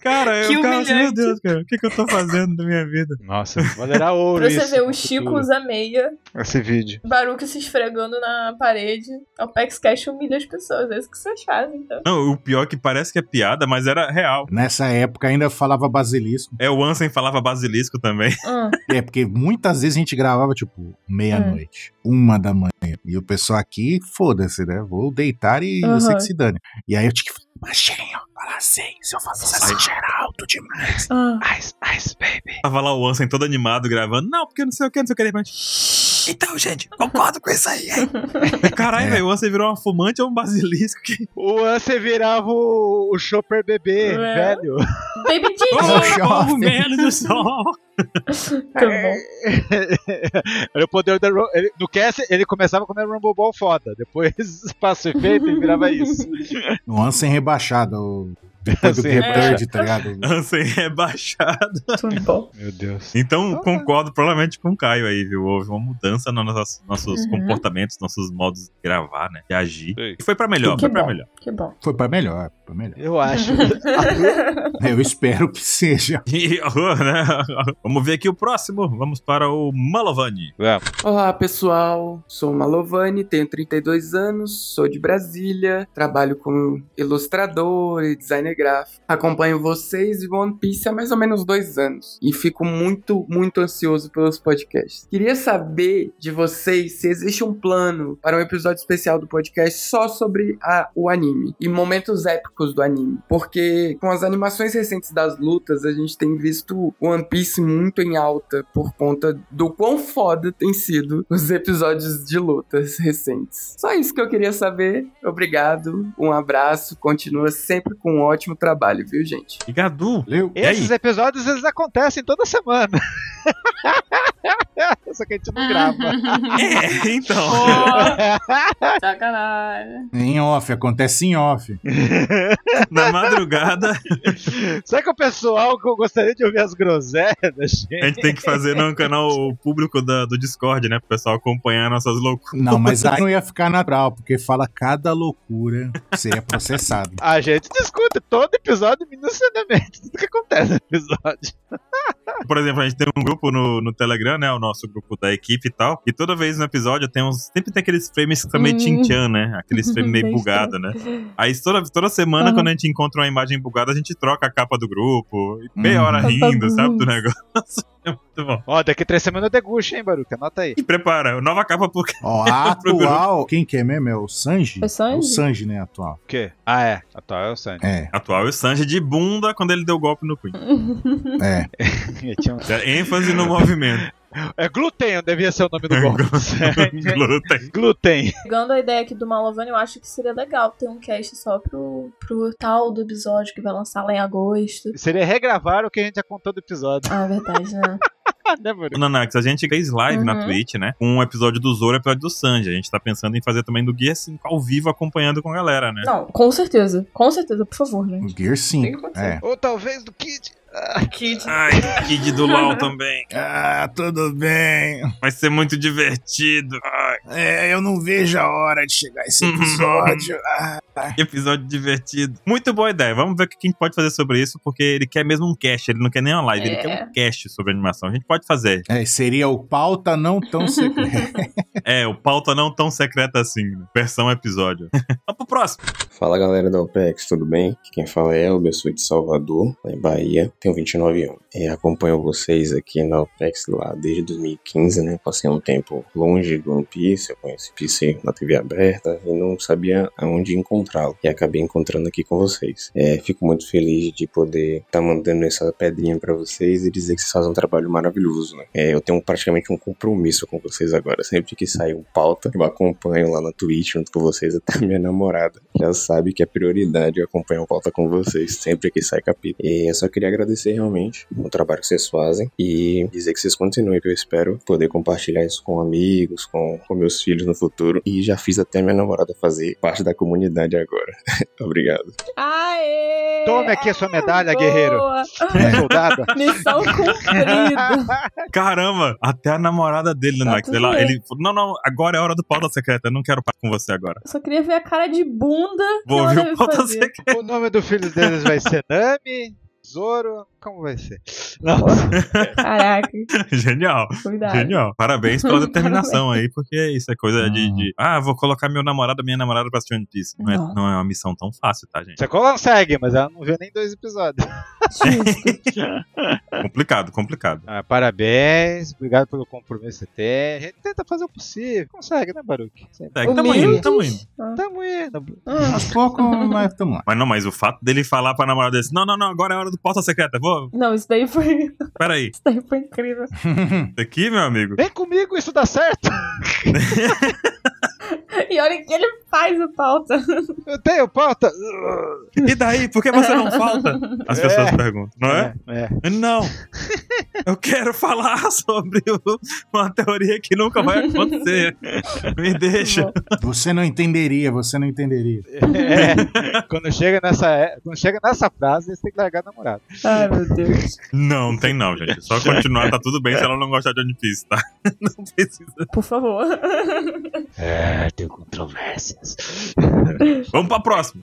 S1: Cara, eu
S2: Que
S1: ficava assim, meu
S2: humilhante.
S1: Deus, cara, o que, que eu tô fazendo da minha vida?
S4: Nossa, valerá ouro
S2: Pra você
S4: isso
S2: ver,
S4: no
S2: o Chico
S4: futuro.
S2: usa meia,
S4: Esse vídeo.
S2: Baruque se esfregando na parede. O Pex Cash humilha as pessoas. É isso que vocês fazem, então.
S1: Não, o pior é que parece que é piada, mas era real.
S3: Nessa época ainda falava basilisco.
S1: É, o Ansem falava basilisco também.
S2: Ah,
S3: É, porque muitas vezes a gente gravava, tipo, meia-noite, uma da manhã. E o pessoal aqui, foda-se, né? Vou deitar e
S2: Aham.
S3: você que se dane. E aí eu tinha que falar, baixinho, fala assim, se eu faço assim, geral, alto demais.
S2: ah.
S4: Ice, ice, baby.
S1: Tava lá o Ansem todo animado gravando. Não, porque não sei o que, é não sei o que. de repente, Então, gente, concordo com isso aí. hein?" Caralho,
S3: É.
S1: velho, o Ansem virou uma fumante ou um basilisco? Que...
S4: O Ansem virava o, o Chopper bebê,
S2: É.
S4: velho.
S2: Baby Didi!
S1: Oh, povo menos do sol.
S2: Tá bom.
S4: Era o poder da Ru- ele, No Cass, ele começava com a Rumble Ball foda. Depois, espaço efeito e virava isso.
S3: O Ansem rebaixado, o... depois do
S4: Ansem
S3: Rebirth, tá ligado?
S1: Ansem rebaixado.
S2: Tudo bom.
S4: Meu Deus.
S1: Então,
S4: Ah.
S1: concordo provavelmente com o Caio aí, viu? Houve uma mudança nos nossos, nossos
S2: Uhum.
S1: comportamentos, nossos modos de gravar, né? De agir.
S5: Sei.
S1: E foi pra melhor,
S2: Que
S1: foi pra
S2: bom.
S1: melhor.
S2: Que bom.
S3: Foi pra melhor, pra melhor.
S4: Eu acho.
S3: Eu espero que seja.
S1: E, né? Vamos ver aqui o próximo. Vamos para o Malovani.
S16: Olá pessoal, sou Malovani, tenho 32 anos, sou de Brasília, trabalho como ilustrador e designer gráfico. Acompanho vocês e One Piece há mais ou menos dois anos e fico muito, muito ansioso pelos podcasts. Queria saber de vocês se existe um plano para um episódio especial do podcast só sobre a- o anime e momentos épicos do anime, porque com as animações recentes das lutas a gente tem visto One Piece muito em alta por conta do quão foda tem sido os episódios de lutas recentes. Só isso que eu queria saber. Obrigado, um abraço, continua sempre com um ótimo trabalho, viu, gente?
S1: E Gadu.
S3: Valeu.
S1: E aí?
S4: Esses episódios, eles acontecem toda semana. Só que a gente não grava.
S1: É, então.
S2: Oh, sacanagem.
S3: Em off, acontece em off.
S1: Na madrugada,
S4: Será que o pessoal que eu gostaria de ouvir as groselhas,
S1: a
S4: gente?
S1: gente tem que fazer num canal público da- do Discord, né? Pro pessoal acompanhar nossas loucuras.
S3: Não, mas aí não ia ficar natural, porque fala cada loucura, você é processado.
S4: A gente discute todo episódio minuciosamente, tudo que acontece no episódio.
S1: Por exemplo, a gente tem um grupo no, no Telegram, né? O nosso grupo da equipe e tal. E toda vez no episódio tem uns. Sempre tem aqueles frames que são meio
S2: Hum.
S1: tchan, né? Aqueles frames meio
S2: Bem
S1: bugado, né? Aí toda, toda semana,
S2: Aham.
S1: quando a gente encontra uma imagem bugada, a gente troca a capa do grupo. e Meia
S3: Uhum.
S1: hora
S2: Capa
S1: rindo, sabe? Do
S2: blues.
S1: negócio. É muito bom.
S4: Ó, daqui três semanas eu degusto, hein, Baruca? Anota aí.
S1: E prepara, nova capa pro
S3: Ó, a atual, quem que é mesmo? É o Sanji?
S2: É o Sanji?
S3: É o Sanji, né, atual.
S4: O quê? Ah, é. Atual é o Sandy.
S3: É,
S1: Atual e o Sanji de bunda quando ele deu o golpe no Queen.
S3: é.
S4: Tinha um-
S1: É ênfase no movimento.
S4: É glúten, devia ser o nome do golpe.
S1: Glúten.
S4: glúten.
S2: Pegando a ideia aqui do Malovani, eu acho que seria legal ter um cast só pro, pro tal do episódio que vai lançar lá em agosto.
S4: Seria regravar o que a gente já contou do episódio.
S2: Ah, é verdade, né?
S4: né, mano?
S1: Nanax, a gente fez live na
S4: Uhum.
S1: Twitch, né? Com um episódio do Zoro e um episódio do Sanji. A gente tá pensando em fazer também do Gear 5 ao vivo, acompanhando com a galera, né?
S2: Não, com certeza. Com certeza, por favor, gente.
S3: Gear 5.
S2: É.
S4: Ou talvez do Kid. Ah,
S2: Kid.
S1: Ai, Kid do LOL também.
S3: Ah, tudo bem.
S1: Vai ser muito divertido.
S3: É, eu não vejo a hora de chegar esse episódio. Ah.
S1: Episódio divertido. Muito boa ideia. Vamos ver o que a gente pode fazer sobre isso, porque ele quer mesmo um cast. Ele não quer nem uma live, ele
S3: É.
S1: quer um cast sobre animação. A gente pode fazer.
S3: É, seria o pauta não tão secreta.
S1: É, o pauta não tão secreta assim. né? Versão episódio. Vamos pro próximo.
S17: Fala galera da OPEX, tudo bem? Aqui quem fala é Elber, sou de Salvador, lá em Bahia, tenho 29 anos. E acompanho vocês aqui na OPEX lá desde 2015, né? Passei um tempo longe do One Piece, eu conheci o PC na TV aberta e não sabia aonde encontrá-lo. E acabei encontrando aqui com vocês. É, fico muito feliz de poder estar mandando essa pedrinha pra vocês e dizer que vocês fazem um trabalho maravilhoso, né? É, eu tenho praticamente um compromisso com vocês agora. Sempre que sair um pauta, eu acompanho lá na Twitch junto com vocês, até minha namorada. Já sabe que a prioridade é acompanhar o pauta com vocês, sempre que sai capítulo. E eu só queria agradecer realmente o trabalho que vocês fazem e dizer que vocês continuem, que eu espero poder compartilhar isso com amigos, com, com meus filhos no futuro. E já fiz até minha namorada fazer parte da comunidade agora. Obrigado.
S2: Aê!
S4: Tome aqui a sua medalha, guerreiro.
S2: É, Boa.
S4: Soldado.
S2: Missão cumprida.
S1: Caramba, até a namorada dele, né, Max?
S2: tudo
S1: Ela-
S2: bem.
S1: Ele falou: Não, não, agora é a hora do pauta secreta. Eu não quero papo com você agora.
S2: Só queria ver a cara de bunda. que
S1: Vou
S2: ela
S1: ouvir o
S2: deve
S1: pauta
S2: fazer.
S4: O nome do filho deles vai ser Nami, Zoro. Como vai ser? Não.
S2: Caraca.
S1: Genial.
S2: Cuidado.
S1: Genial. Parabéns pela determinação aí, porque isso é coisa de, de- Ah, vou colocar meu namorado, minha namorada pra assistir One Piece. Não é,
S4: Não.
S1: não é uma missão tão fácil, tá, gente?
S4: Você consegue, mas ela não viu nem dois episódios. é
S1: É complicado, complicado.
S4: Ah, parabéns, obrigado pelo compromisso que você tem. É, A gente tenta fazer o possível. Consegue, né, Baruque? Sempre.
S1: Consegue. Tamo indo, tamo indo.
S2: Ah.
S4: Tamo indo.
S2: Hum.
S3: Aos poucos, mas tamo lá.
S1: Mas não, mas o fato dele falar pra namorada dele, não, não, não, agora é a hora do pauta secreta. Vou.
S2: Não, isso daí foi. Isso
S1: Peraí.
S2: daí foi incrível.
S1: Isso aqui, meu amigo.
S4: Vem comigo, isso dá certo.
S2: E olha que ele faz a pauta.
S4: Eu tenho pauta.
S1: E daí, por que você não falta? As
S4: É.
S1: pessoas perguntam, não é?
S4: É.
S1: Não. Eu quero falar sobre o- uma teoria que nunca vai acontecer. Me deixa.
S3: Você não entenderia, você não entenderia.
S4: É, quando, chega nessa, é, quando chega nessa frase, você tem que largar a namorada.
S2: Ai, meu Deus.
S1: Não, tem não, gente. Só continuar, tá tudo bem se ela não gostar de One Piece, tá?
S2: Por favor.
S4: É, tem controvérsias.
S1: Vamos pra próxima.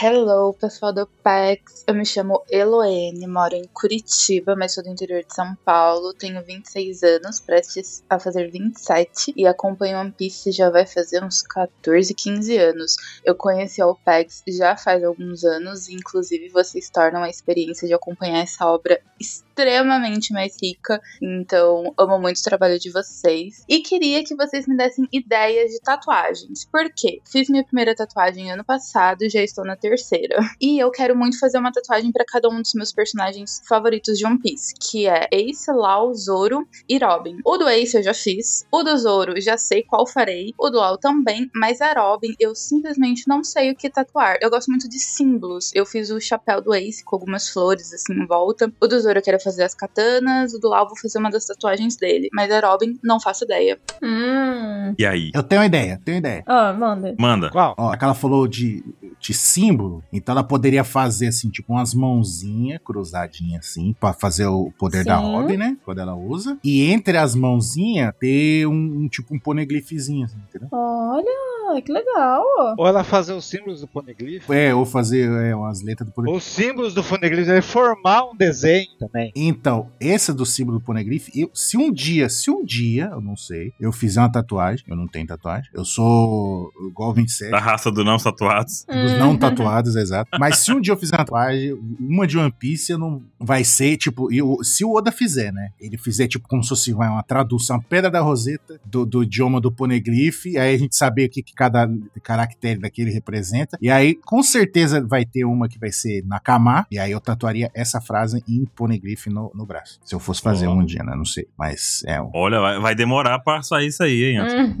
S18: Hello, pessoal do PEX. Eu me chamo Eloene, moro em Curitiba, mas sou do interior de São Paulo. Tenho 26 anos, prestes a fazer 27 e acompanho One Piece já vai fazer uns 14, 15 anos. Eu conheci a OPEX já faz alguns anos, e inclusive vocês tornam a experiência de acompanhar essa obra extremamente mais rica. Então, amo muito o trabalho de vocês. E queria que vocês me dessem ideias de tatuagens. Por quê? Fiz minha primeira tatuagem ano passado e já estou na terceira. E eu quero muito fazer uma tatuagem para cada um dos meus personagens favoritos de One Piece, que é Ace, Lau, Zoro e Robin. O do Ace eu já fiz, o do Zoro já sei qual farei, o do Lau também, mas a Robin eu simplesmente não sei o que tatuar. Eu gosto muito de símbolos. Eu fiz o chapéu do Ace com algumas flores assim em volta. O do Zoro eu quero fazer as katanas, o do Lau eu vou fazer uma das tatuagens dele, mas a Robin não faço ideia.
S2: Hum.
S1: E aí?
S3: Eu tenho uma ideia, tenho uma ideia.
S2: Ó, manda.
S1: Manda.
S4: Qual?
S3: Ó, aquela falou de, de símbolo, então ela poderia fazer assim, tipo, umas mãozinhas cruzadinhas assim, pra fazer o poder da
S12: Sim.
S3: Robin, né? Quando ela usa. E entre as mãozinhas ter um, um tipo um poneglifezinho, assim, entendeu?
S2: Olha, que legal.
S4: Ou ela fazer os símbolos do poneglyph.
S3: É, ou fazer é, umas letras do poneglifo.
S4: Os símbolos do poneglyph é formar um desenho também.
S3: Então, esse do símbolo do Poneglyph, eu, se um dia, se um dia, eu não sei, eu fizer uma tatuagem, eu não tenho tatuagem, eu sou igual o 27,
S1: Da raça do não tatuados.
S3: dos não tatuados, exato. Mas se um dia eu fizer uma tatuagem, uma de One Piece, eu não vai ser, tipo, eu, se o Oda fizer, né? Ele fizer, tipo, como se fosse vai, uma tradução, uma pedra da roseta do, do idioma do Poneglyph, aí a gente saber o que, que cada caractere daquele representa. E aí, com certeza, vai ter uma que vai ser Nakama, e aí eu tatuaria essa frase em Poneglyph no, no braço. Se eu fosse fazer um dia, né? Não sei, mas é um...
S1: Olha, vai, vai demorar pra sair isso aí, hein? Anderson?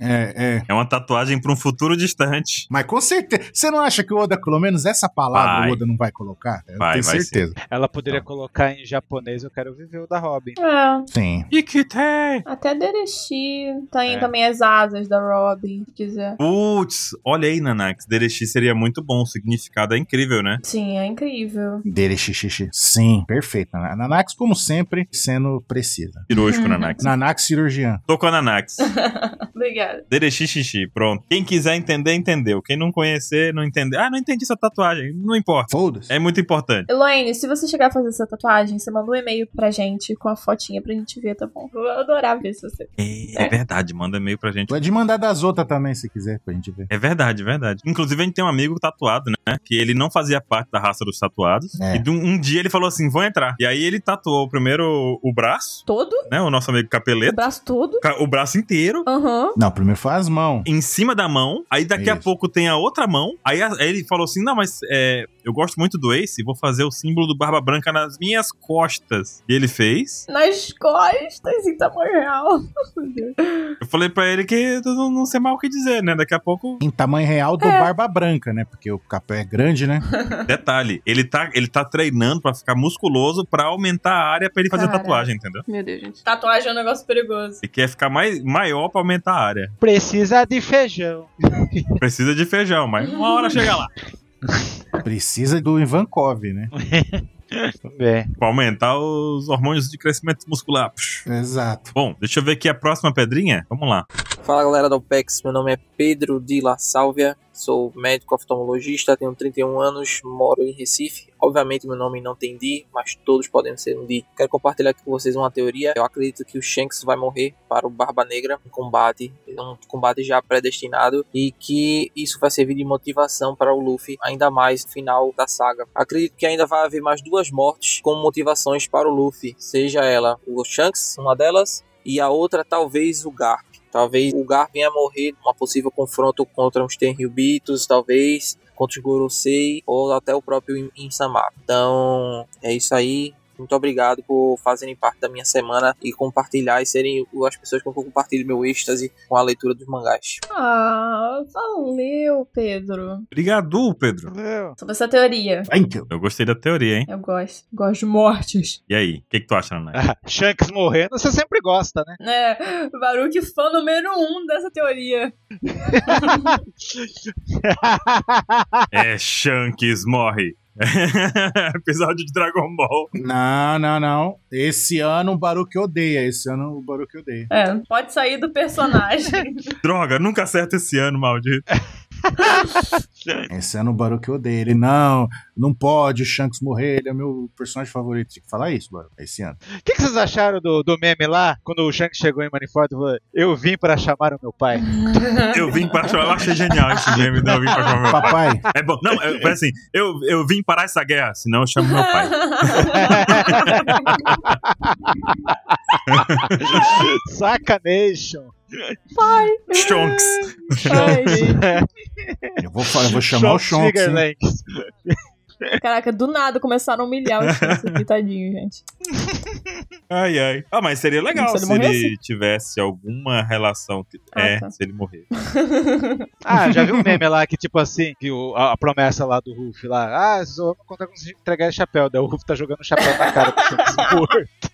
S3: É, é.
S1: É uma tatuagem pra um futuro distante.
S3: Mas com certeza. Você Você não acha que o Oda, pelo menos essa palavra,
S4: Vai.
S3: o Oda não vai colocar? Eu
S4: Vai,
S3: tenho
S4: vai
S3: certeza.
S4: sim. Ela poderia colocar em japonês Eu Quero Viver o da Robin.
S2: É.
S3: Sim.
S1: E que tem?
S2: Até Derechi tem
S1: É.
S2: também as asas da Robin, se quiser.
S1: Putz, olha aí, Nanax. Derechi seria muito bom. O significado é incrível, né?
S2: Sim, é incrível.
S3: Dele, xixi. Sim, perfeito. Nan- Nanax, como sempre, sendo precisa.
S1: Cirúrgico, Nanax.
S3: Nanax cirurgiã.
S1: Tô com a Nanax.
S2: Obrigada.
S1: Derexi xixi, pronto. Quem quiser entender, entendeu. Quem não conhecer, não entender. Ah, não entendi essa tatuagem. Não importa.
S3: Foda-se.
S1: É muito importante.
S2: Elaine, se você chegar a fazer essa tatuagem, você manda um e-mail pra gente com a fotinha pra gente ver, tá bom? Eu vou adorar ver se você.
S1: É, verdade, manda e-mail pra gente.
S3: Pode mandar das outras também, se quiser, pra gente ver.
S1: É verdade, é verdade. Inclusive, a gente tem um amigo tatuado, né? Que ele não fazia parte da raça dos tatuados.
S3: É.
S1: E de um, um dia ele falou assim: vão entrar. E aí ele tatuou primeiro o, o braço,
S2: Todo?
S1: né? O nosso amigo
S2: O
S1: capeleto.
S2: braço todo?
S1: ca- O braço inteiro.
S2: Aham.
S3: Não, primeiro faz as mãos.
S1: Em cima da mão, aí daqui a pouco tem a outra mão. Aí, a- aí ele falou assim: Não, mas é, eu gosto muito do Ace, vou fazer o símbolo do Barba Branca nas minhas costas. E ele fez.
S2: Nas costas, em tamanho real. Meu Deus.
S1: Eu falei pra ele que eu não, não sei mal o que dizer, né? Daqui a pouco
S3: Em tamanho real do
S2: É.
S3: Barba Branca, né? Porque o capé é grande, né?
S1: Detalhe, ele tá, ele tá treinando pra ficar musculoso pra aumentar a área pra ele fazer
S2: Caralho.
S1: tatuagem, entendeu?
S2: Meu Deus, gente. Tatuagem é um negócio perigoso.
S1: Ele quer ficar mais, maior pra aumentar a área.
S4: Precisa de feijão.
S1: Precisa de feijão, mas uma hora chega lá.
S3: Precisa do Ivankov, né?
S4: É.
S1: Pra aumentar os hormônios de crescimento muscular. Psh.
S3: Exato.
S1: Bom, deixa eu ver aqui a próxima pedrinha. Vamos lá.
S19: Fala galera da OPEX, meu nome é Pedro de La Sálvia, sou médico oftalmologista, tenho 31 anos, moro em Recife. Obviamente meu nome não tem D, mas todos podem ser um D. Quero compartilhar aqui com vocês uma teoria. Eu acredito que o Shanks vai morrer para o Barba Negra em combate, um combate já predestinado, e que isso vai servir de motivação para o Luffy, ainda mais no final da saga. Acredito que ainda vai haver mais duas mortes com motivações para o Luffy, seja ela o Shanks, uma delas, e a outra talvez o Garp. Talvez o Gar venha a morrer numa possível confronto contra os Tenryubitos, talvez, contra os Gorosei ou até o próprio In- Insama. Então, é isso aí. Muito obrigado por fazerem parte da minha semana e compartilhar e serem as pessoas com que eu compartilho meu êxtase com a leitura dos mangás.
S2: Ah, valeu, Pedro.
S1: Obrigado, Pedro.
S2: Sobre essa teoria.
S1: Eu gostei da teoria, hein?
S2: Eu gosto. Gosto de mortes.
S1: E aí, o que, que tu acha, Nanai?
S4: Shanks morrendo, você sempre gosta, né?
S2: É, Baruque fã número um dessa teoria.
S1: É Shanks morre. Episódio de Dragon Ball.
S3: Não, não, não. Esse ano o Baruque odeia. Esse ano o Baruque odeia.
S2: É, pode sair do personagem.
S1: Droga, nunca acerta esse ano, maldito.
S3: Esse ano o Baruque odeia. Ele, não, não pode o Shanks morrer. Ele é meu personagem favorito. Tinha que falar isso, Baruque, esse ano.
S4: O que, que vocês acharam do, do meme lá? Quando o Shanks chegou em Manifold e falou: Eu vim para chamar o meu pai.
S1: Eu vim para chamar. Eu achei genial esse meme. Não, eu vim para chamar meu
S3: pai.
S1: É bom. Não, é, parece assim. Eu, eu vim parar essa guerra, senão eu chamo meu pai.
S4: Sacanation.
S2: Pai.
S1: Shanks.
S3: Eu vou, falar- eu vou chamar o Shanks. hein?
S2: Caraca, do nada começaram a humilhar o Shanks aqui, tadinho, gente.
S1: Ai, ai. Ah, mas seria legal
S2: Se
S1: se
S2: ele
S1: ele,
S2: morresse?
S1: tivesse alguma relação. que-
S2: Ah,
S1: é,
S2: tá.
S1: se ele morrer.
S4: Ah, já viu um meme lá que, tipo assim, que o- a, a promessa lá do Ruff lá, ah, só vou contar com você entregar esse chapéu. Daí o Ruff tá jogando o chapéu na cara do Shanks morto.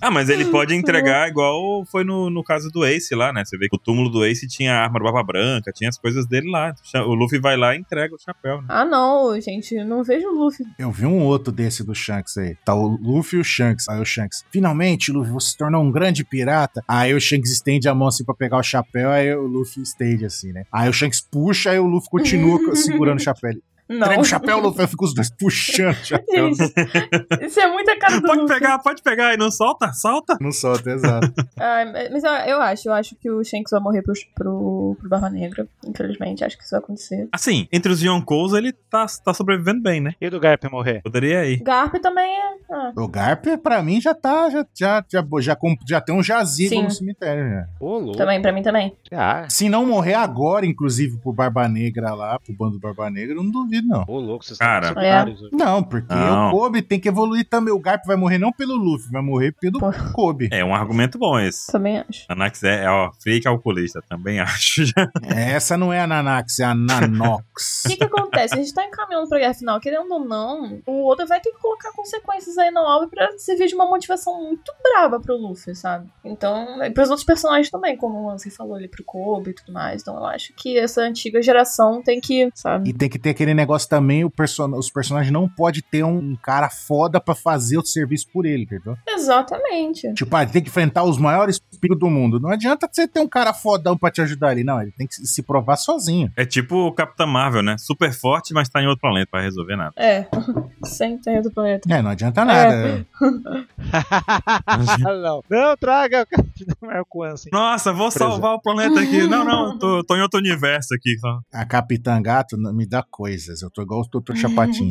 S1: Ah, mas ele pode entregar igual foi no, no caso do Ace lá, né? Você vê que o túmulo do Ace tinha a arma do Barba Branca, tinha as coisas dele lá. O Luffy vai lá e entrega o chapéu, né?
S2: Ah, não, gente, eu não vejo o Luffy.
S3: Eu vi um outro desse do Shanks aí. Tá o Luffy e o Shanks. Aí o Shanks, finalmente, Luffy, você se tornou um grande pirata. Aí o Shanks estende a mão assim pra pegar o chapéu. Aí o Luffy estende assim, né? Aí o Shanks puxa, aí o Luffy continua co- segurando o chapéu. Ele,
S2: Não.
S3: Entrega o chapéu, Luffy. Aí fica os dois puxando o chapéu.
S2: Isso é muita cara do
S1: Pode pegar, pode pegar. E não solta? Solta.
S3: Não solta, exato.
S2: Ah, mas eu, eu acho, eu acho que o Shanks vai morrer pro, pro, pro Barba Negra. Infelizmente, acho que isso vai acontecer.
S1: Assim, entre os Yonkous ele tá, tá sobrevivendo bem, né?
S4: E do Garp morrer?
S1: Poderia ir.
S2: Garp também é. ah.
S3: O Garp, pra mim, já tá. Já, já, já, já, com- já tem um jazigo
S2: Sim.
S3: no cemitério, né?
S2: Também, pra mim também.
S3: É, Se não morrer agora, inclusive, pro Barba Negra lá, pro bando Barba Negra, eu não duvido resolvido, não.
S4: Ô, louco, vocês
S1: Cara,
S4: estão
S3: É.
S4: otários hoje.
S3: Não, porque
S1: Não.
S3: o Kobe tem que evoluir também. O Garp vai morrer não pelo Luffy, vai morrer pelo Kobe.
S1: É um argumento bom esse.
S2: Também acho.
S1: Anax é, é, ó, frio e calculista, também acho. já.
S3: Essa não é a Nanax, é a Nanox.
S2: O que, que acontece? A gente tá encaminhando pra guerra final, querendo ou não, o Oda vai ter que colocar consequências aí na obra pra servir de uma motivação muito braba pro Luffy, sabe? Então, e pros outros personagens também, como o Lance falou ali pro Kobe e tudo mais. Então, eu acho que essa antiga geração tem que, sabe?
S3: E tem que ter aquele negócio também, o person os personagens não pode ter um, um cara foda pra fazer o serviço por ele, entendeu?
S2: Exatamente.
S3: Tipo, ah, ele tem que enfrentar os maiores picos do mundo. Não adianta você ter um cara fodão pra te ajudar ali, não. Ele tem que se- se provar sozinho.
S1: É tipo o Capitão Marvel, né? Super forte, mas tá em outro planeta, vai resolver nada.
S2: É, sem ter do planeta.
S3: É, não adianta nada.
S4: não, não, traga o Capitão Marco assim.
S1: Nossa, vou
S4: Preso.
S1: salvar o planeta aqui. Não, não, eu tô, tô em outro universo aqui. só.
S3: A Capitã Gato não- me dá coisas. Eu tô igual o Dr. Chapatinho.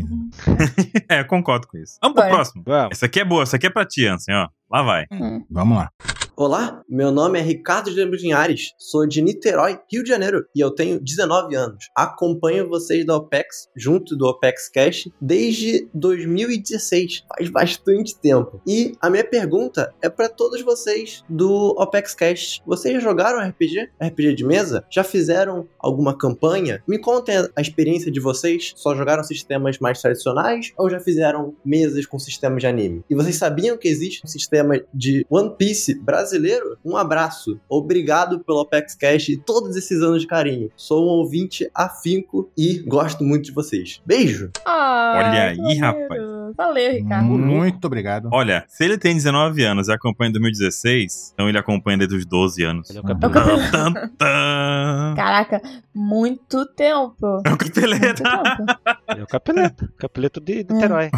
S1: É, eu concordo com isso. Vamos pro
S20: Vai.
S1: próximo. Essa aqui é boa, essa aqui é pra ti, Ansem, ó. Lá vai.
S3: Vamos lá.
S20: Olá, meu nome é Ricardo de Lembrinhares, sou de Niterói, Rio de Janeiro, e eu tenho 19 anos. Acompanho vocês da OPEX, junto do OPEX Cash, desde 2016, faz bastante tempo. E a minha pergunta é para todos vocês do OPEX Cash. Vocês já jogaram RPG? RPG de mesa? Já fizeram alguma campanha? Me contem a experiência de vocês. Só jogaram sistemas mais tradicionais ou já fizeram mesas com sistemas de anime? E vocês sabiam que existe um sistema de One Piece brasileiro? Um abraço. Obrigado pelo Apex Cash e todos esses anos de carinho. Sou um ouvinte afinco e gosto muito de vocês. Beijo!
S2: Ah,
S1: Olha aí,
S2: que maneiro.
S1: rapaz.
S2: Valeu, Ricardo.
S3: Muito obrigado.
S1: Olha, se ele tem 19 anos e acompanha em 2016, então ele acompanha desde os 12 anos. Ele é o Capitão.
S2: Caraca, muito tempo.
S1: É o capeleta.
S4: É o Capeleto. Capeleto de Niterói.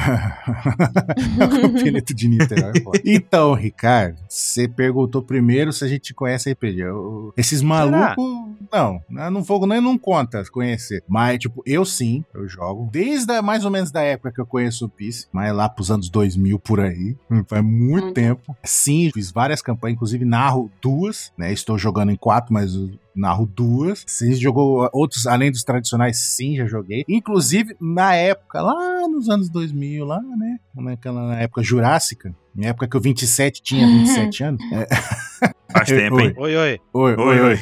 S3: Pineto de Niterói. é foda. então, Ricardo, você perguntou primeiro se a gente conhece RPG. Eu- esses malucos. Não, eu não vou nem não conta conhecer. Mas, tipo, eu sim, eu jogo. Desde a- mais ou menos da época que eu conheço o Piece, mas lá pros anos 2000 por aí. hum, Faz muito
S20: Hum.
S3: tempo. Sim, fiz várias campanhas, inclusive narro duas, né? Estou jogando em quatro, mas eu narro duas. Você jogou outros, além dos tradicionais, sim, já joguei. Inclusive, na época, lá nos anos 2000, lá, né? Naquela na época jurássica, na época que eu 27 tinha 27 anos. É.
S1: Faz tempo, hein?
S4: Oi, oi.
S3: Oi,
S1: Oi,
S3: oi,
S1: oi.
S3: oi.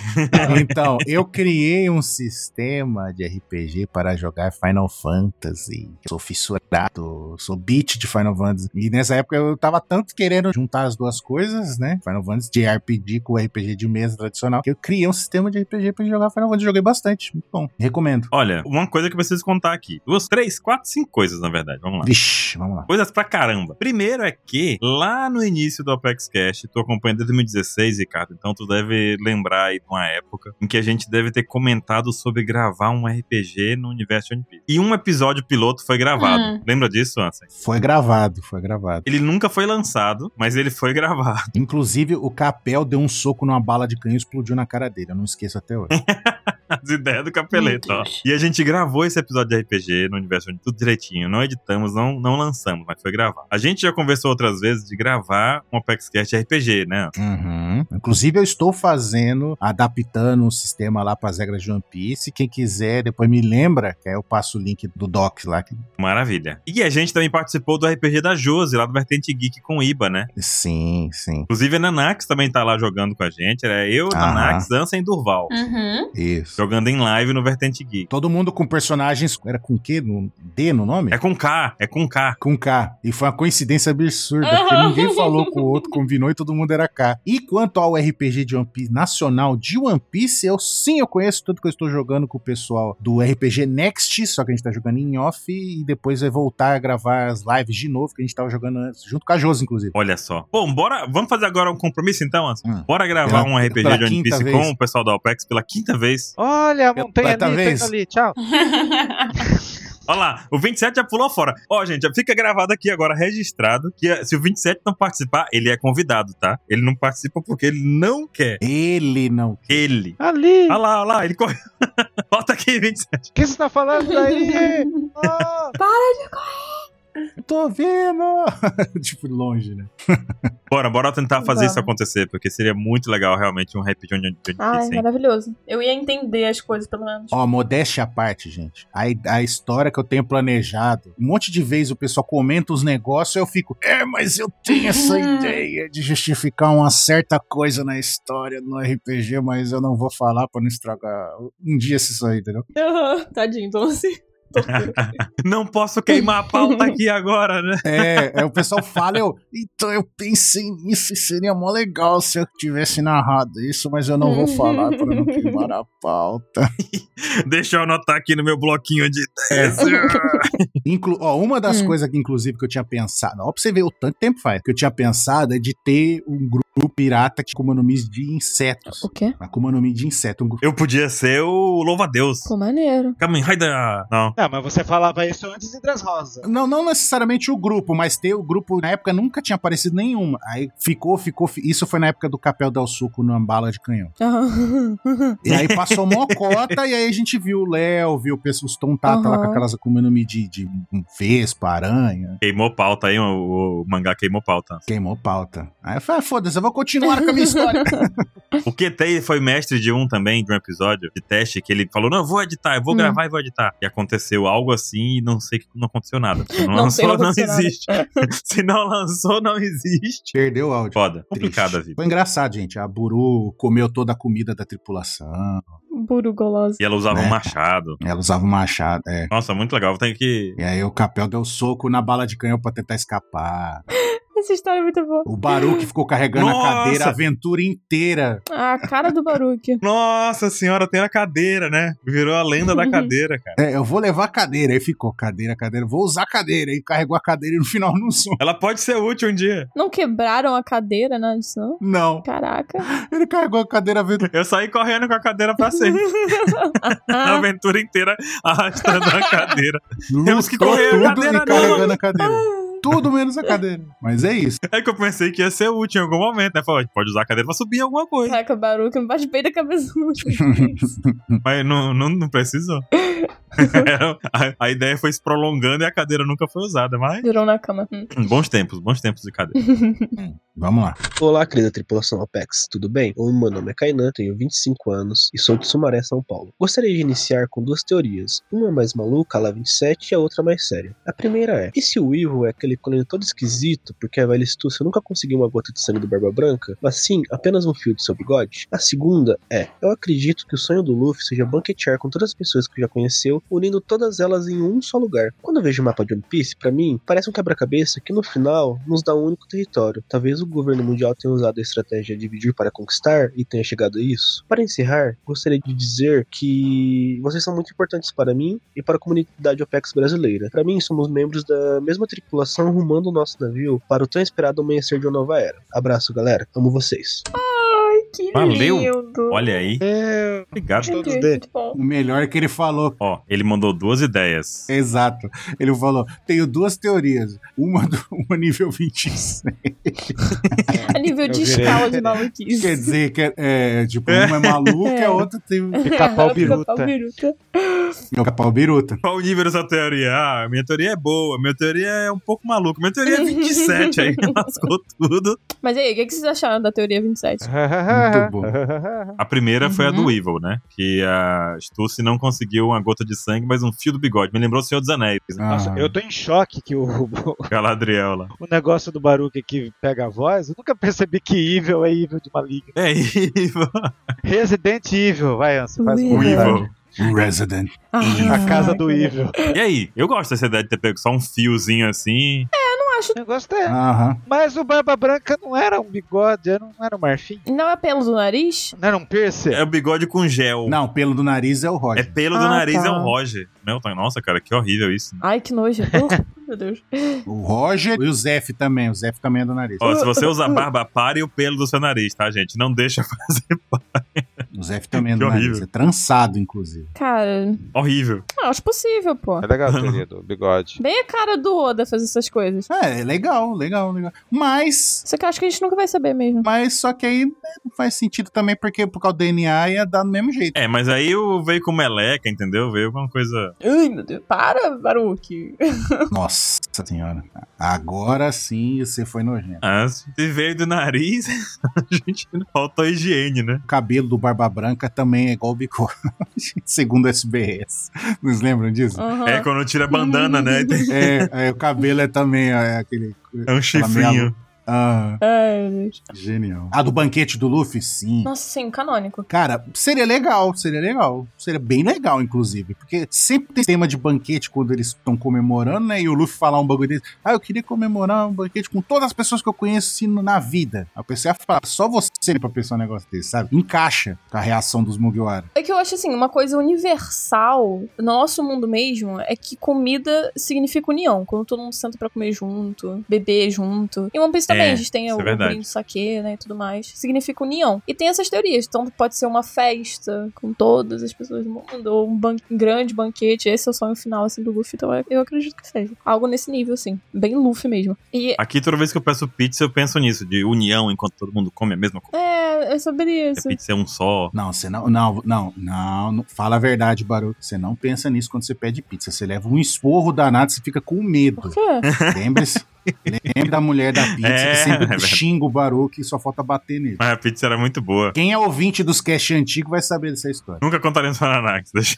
S3: então, eu criei um sistema de RPG para jogar Final Fantasy. Eu sou fissurado, sou beat de Final Fantasy. E nessa época eu tava tanto querendo juntar as duas coisas, né? Final Fantasy de RPG com RPG de mesa tradicional, que eu criei um sistema de RPG para jogar Final Fantasy. Joguei bastante, muito bom. Recomendo.
S1: Olha, uma coisa que eu preciso contar aqui. Duas, três, quatro, cinco coisas, na verdade. Vamos lá.
S3: Vixe, vamos lá.
S1: Coisas pra caramba. Primeiro é que, lá no início do Apex Cash, tu acompanha desde 2016, Ricardo, então tu deve lembrar aí de uma época em que a gente deve ter comentado sobre gravar um RPG no universo de One Piece. E um episódio piloto foi gravado.
S3: Hum.
S1: Lembra disso, Ansem?
S3: Foi gravado, foi gravado.
S1: Ele nunca foi lançado, mas ele foi gravado.
S3: Inclusive, o Capel deu um soco numa bala de canhão e explodiu na cara dele. Eu não esqueço até hoje.
S1: As ideias do capeleto, ó. E a gente gravou esse episódio de RPG no universo de tudo direitinho. Não editamos, não, não lançamos, mas foi gravado. A gente já conversou outras vezes de gravar um ApexCast RPG, né?
S3: Uhum. Inclusive, eu estou fazendo, adaptando o sistema lá para as regras de One Piece. Quem quiser, depois me lembra, que aí eu passo o link do Docs lá. que-
S1: Maravilha. E a gente também participou do RPG da Josi, lá do Vertente Geek com o Iba, né?
S3: Sim, sim.
S1: Inclusive a Nanax também tá lá jogando com a gente. Era eu,
S3: Aham.
S1: Nanax, Ansem e Durval.
S2: Uhum.
S3: Isso.
S1: Jogando em live no Vertente Geek.
S3: Todo mundo com personagens. Era com quê? No D no nome? É
S1: com K, é com K.
S3: Com K. E foi uma coincidência absurda, porque
S1: Aham.
S3: ninguém falou com o outro, combinou e todo mundo era K. E quanto ao RPG de One Piece nacional de One Piece, eu sim eu conheço tudo que eu estou jogando com o pessoal do RPG Next, só que a gente tá jogando em off e depois vai voltar a gravar as lives de novo, que a gente tava jogando antes, junto com a Josi, inclusive.
S1: Olha só. Bom, bora. Vamos fazer agora um compromisso então, Ansem? Bora gravar
S3: Hum. Pela-
S1: um RPG
S3: pela
S1: de One
S3: quinta
S1: Piece
S3: vez.
S1: com o pessoal da OPEX pela quinta vez.
S4: Olha, a montanha ali,
S1: Quarta vez.
S4: tá ali, tchau.
S1: Olha lá, o 27 já pulou fora. Ó, gente, já fica gravado aqui agora, registrado, que eh, se o 27 não participar, ele é convidado, tá? Ele não participa porque ele não quer.
S3: Ele não
S1: quer. Ele.
S4: Ali.
S1: Olha lá, olha lá, ele corre. Volta aqui, 27.
S4: O que você tá falando aí?
S2: Para de correr!
S3: tô vendo! tipo, longe, né?
S1: Bora, bora tentar fazer
S2: Bora.
S1: isso acontecer, porque seria muito legal realmente um rap de onde
S2: Ai, maravilhoso. Eu ia entender as coisas, pelo menos.
S3: Ó, modéstia à parte, gente. A, a história que eu tenho planejado, um monte de vez o pessoal comenta os negócios, eu fico, é, mas eu tenho essa ideia de justificar uma certa coisa na história no RPG, mas eu não vou falar pra não estragar um dia se sair, entendeu?
S2: Aham, tadinho, então assim.
S1: Não posso queimar a pauta aqui agora, né?
S3: É, é, o pessoal fala, eu. Então eu pensei nisso e seria mó legal se eu tivesse narrado isso, mas eu não vou falar pra não queimar a pauta.
S1: Deixa eu anotar aqui no meu bloquinho de ideias.
S3: Inclu ó, uma das
S1: Hum.
S3: coisas que, inclusive, que eu tinha pensado, ó, pra você ver o tanto tempo faz, que eu tinha pensado é de ter um grupo pirata de Akuma no Mi de insetos. O
S2: quê?
S3: Akuma no Mi de inseto. Um grupo.
S1: Eu podia ser o louva-a-deus.
S2: Pô, maneiro.
S1: Kamen Rider. ah, Não.
S4: Não, mas você falava isso antes de Das Rosas.
S3: Não, não necessariamente o grupo, mas ter o grupo, na época nunca tinha aparecido nenhuma. Aí ficou, ficou, fi- isso foi na época do Capel Del Suco no Ambala de Canhão.
S2: Aham.
S3: E aí passou mó cota, e aí a gente viu o Léo, viu o pessoal, os Tom Tata lá com
S2: Aham.
S3: aquelas Akuma no Mi de, de Vespa, Aranha.
S1: Queimou pauta aí, o, o mangá queimou pauta.
S3: Queimou pauta. Aí eu falei, ah, foda-se, eu vou continuar com a minha história.
S1: O QT foi mestre de um também, de um episódio de teste, que ele falou: não, eu vou editar, eu vou
S3: Hum.
S1: gravar e vou editar. E aconteceu algo assim e não sei que não aconteceu nada. Se não,
S3: Não sei,
S1: lançou,
S3: não
S1: não,
S3: aconteceu nada. É.
S1: existe. Se não lançou, não existe.
S3: Perdeu o áudio.
S1: Foda, complicada a vida.
S3: Foi engraçado, gente. A Buru comeu toda a comida da tripulação.
S2: Buru goloso.
S1: E ela usava
S3: Né?
S1: um machado.
S3: Ela usava um machado, é.
S1: Nossa, muito legal. Tem que.
S3: E aí o Capel deu soco na bala de canhão pra tentar escapar.
S2: Essa história é muito boa.
S3: O Baruque ficou carregando
S1: Nossa!
S3: a cadeira a aventura inteira.
S2: Ah, a cara do Baruque.
S1: Nossa senhora, tem a cadeira, né? Virou a lenda da cadeira, cara.
S3: É, eu vou levar a cadeira. Aí ficou cadeira, cadeira. Vou usar a cadeira. Aí carregou a cadeira e no final não sou.
S1: Ela pode ser útil um dia.
S2: Não quebraram a cadeira na edição?
S3: Não.
S2: Caraca.
S3: Ele carregou a cadeira a vida.
S1: Eu saí correndo com a cadeira pra sempre. a aventura inteira arrastando a cadeira. Temos que correr
S3: tudo
S1: a cadeira,
S3: e carregando
S1: não.
S3: a cadeira. Tudo menos a cadeira. Mas é isso.
S1: É que eu pensei que ia ser útil em algum momento, né? Falei, pode usar a cadeira pra subir em alguma coisa.
S2: Caraca, o Baruque não bate bem da cabeça.
S1: Mas não, não, não precisou. Era- a, a ideia foi se prolongando e a cadeira nunca foi usada, mas.
S2: Durou na cama. Hum.
S1: Bons tempos, bons tempos de cadeira.
S3: Vamos lá.
S21: Olá, querida tripulação Apex, tudo bem? O meu nome é Kainan, tenho 25 anos e sou de Sumaré, São Paulo. Gostaria de iniciar com duas teorias. Uma mais maluca, a lá 27, e a outra mais séria. A primeira é: e se o Evil é aquele clone todo esquisito porque a velha Estúcia nunca conseguiu uma gota de sangue do Barba Branca, mas sim apenas um fio do seu bigode? A segunda é: eu acredito que o sonho do Luffy seja banquetear com todas as pessoas que já conheceu, unindo todas elas em um só lugar. Quando eu vejo o mapa de One Piece, pra mim, parece um quebra-cabeça que no final nos dá um único território. Talvez o governo mundial tenha usado a estratégia dividir para conquistar e tenha chegado a isso. Para encerrar, gostaria de dizer que vocês são muito importantes para mim e para a comunidade OPEX brasileira. Para mim, somos membros da mesma tripulação rumando o nosso navio para o tão esperado amanhecer de uma nova era. Abraço, galera. Amo vocês.
S2: Ai, que
S1: Valeu!
S2: lindo.
S1: Olha aí. Obrigado a todos
S2: Muito
S1: dele.
S2: bom.
S3: É, O melhor é que ele falou.
S1: Ó, ele mandou duas ideias.
S3: Exato. Ele falou: tenho duas teorias. Uma, do, uma nível 26.
S2: A nível de escala de maluquice.
S3: Quer dizer, que é, é, tipo, uma é maluca, a outra tem.
S4: É
S2: Aham, pica-pau é biruta.
S3: É o capau biruta.
S1: Qual o nível dessa teoria? Ah, minha teoria é boa, minha teoria é um pouco maluca. Minha teoria é 27 aí, lascou tudo.
S2: Mas e aí, o que que vocês acharam da teoria 27?
S1: Muito bom. A primeira foi a do
S2: Uhum.
S1: Evil, né? Que a Stussy não conseguiu uma gota de sangue, mas um fio do bigode. Me lembrou o Senhor dos Anéis. né?
S3: Ah.
S4: Nossa, eu tô em choque que o,
S1: Galadriel lá.
S4: o negócio do Baruque que pega a voz, eu nunca percebi que Evil é Evil de maligno.
S1: É Evil.
S4: Resident Evil, vai, Anson, faz um
S1: O Evil.
S3: Resident.
S4: A casa do Evil. Ah,
S1: E aí? Eu gosto dessa ideia de ter pego só um fiozinho assim.
S4: É, eu não acho. O negócio é.
S3: Aham.
S4: Mas o Barba Branca não era um bigode, era um- não era um marfim.
S2: Não é pelo do nariz?
S4: Não era um piercing?
S1: É o bigode com gel.
S3: Não, pelo do nariz é o Roger.
S1: É pelo do
S2: Ah,
S1: nariz
S2: tá.
S1: é o Roger. Meu, tá- nossa, cara, que horrível isso.
S2: Ai, que nojo. Uh, meu Deus.
S3: O Roger e o Zef também. O Zef também é do nariz.
S1: Ó, se você usa barba, pare o pelo do seu nariz, tá, gente? Não deixa fazer
S3: O Zef também é do
S1: Que
S3: nariz.
S1: horrível.
S3: É trançado, inclusive.
S2: Cara,
S1: Horrível.
S2: não, acho possível, pô.
S4: É legal a teoria do bigode.
S2: Bem a cara do Oda fazer essas coisas.
S3: É, legal, legal, legal. Mas.
S2: Só que eu acho que a gente nunca vai saber mesmo.
S3: Mas só que aí né, não faz sentido também, porque por causa do DNA ia dar do mesmo jeito.
S1: É, mas aí o veio com meleca, entendeu? Veio com uma coisa.
S2: Ai, meu Deus. Para, Baruki.
S3: Nossa senhora. Agora sim você foi nojento.
S1: Ah, se veio do nariz, a gente falta higiene, né?
S3: O cabelo do Barba Branca também é igual o bigode, segundo o SBS. Vocês lembram disso?
S1: Aham. É, quando tira a bandana, né?
S3: é, é, o cabelo é também é aquele...
S1: É um chifrinho.
S3: Ah,
S2: Ai, meu Deus.
S3: genial. Ah, do banquete do Luffy? Sim.
S2: é, né? Nossa, sim, canônico.
S3: Cara, seria legal, seria legal. Seria bem legal, inclusive. Porque sempre tem tema de banquete quando eles estão comemorando, né? E o Luffy falar um bagulho desse. Ah, eu queria comemorar um banquete com todas as pessoas que eu conheci no- na vida. A pessoa ia falar, "Ah, só você pra pensar um negócio desse, sabe? Encaixa com a reação dos Mugiwara.
S2: É que eu acho assim, uma coisa universal no nosso mundo mesmo é que comida significa união. Quando todo mundo senta pra comer junto, beber junto. E One Piece também,
S13: É,
S2: a gente tem
S13: isso
S2: o
S13: é verdade.
S2: brinde do saque, né, e tudo mais. Significa união. E tem essas teorias. Então pode ser uma festa com todas as pessoas do mundo, ou um, ban- um grande banquete. Esse é o sonho final, assim, do Luffy. Então eu- eu acredito que seja. Algo nesse nível, assim. Bem Luffy mesmo. E
S1: Aqui, toda vez que eu peço pizza, eu penso nisso, de união enquanto todo mundo come a mesma coisa.
S2: é, é sobre isso.
S1: Pizza é um só.
S3: Não, você não, não, não, não, não- Fala a verdade, Baru. Você não pensa nisso quando você pede pizza. Você leva um esporro danado, você fica com medo. Por
S2: quê?
S3: Lembre-se. Lembre da mulher da pizza
S1: É,
S3: que
S1: é
S3: sempre
S1: verdade.
S3: xinga o Baru que só falta bater nele.
S1: Mas a Ah, pizza era muito boa.
S3: Quem é ouvinte dos cast antigos vai saber dessa história.
S1: Nunca contaremos para Anax, deixa.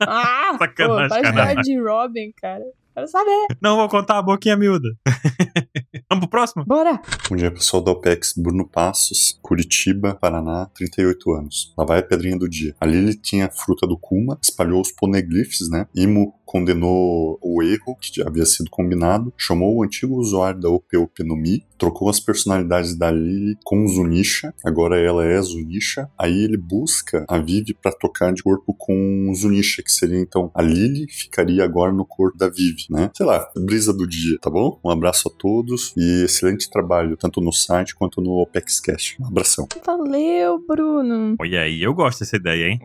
S2: Ah,
S1: Sacanagem,
S2: pô, para de
S1: sacanagem.
S2: falar de Robin, cara. Quero saber.
S1: Não vou contar a boquinha miúda. Vamos pro próximo?
S2: Bora!
S22: Bom Um dia, pessoal da OPEX, Bruno Passos, Curitiba, Paraná, 38 anos. Lá vai a pedrinha do dia. A Lili tinha a fruta do Kuma, espalhou os poneglyphs, né? Imo condenou o erro que havia sido combinado, chamou o antigo usuário da OPOP no Mi, trocou as personalidades da Lili com Zunisha, agora ela é Zunisha. Aí ele busca a Vivi para trocar de corpo com Zunisha, que seria então a Lili ficaria agora no corpo da Vivi, né? Sei lá, brisa do dia, tá bom? Um abraço a todos e excelente trabalho, tanto no site quanto no OpexCast. Um abração.
S2: Tá, Valeu, Bruno.
S1: Olha aí, eu gosto dessa ideia, hein?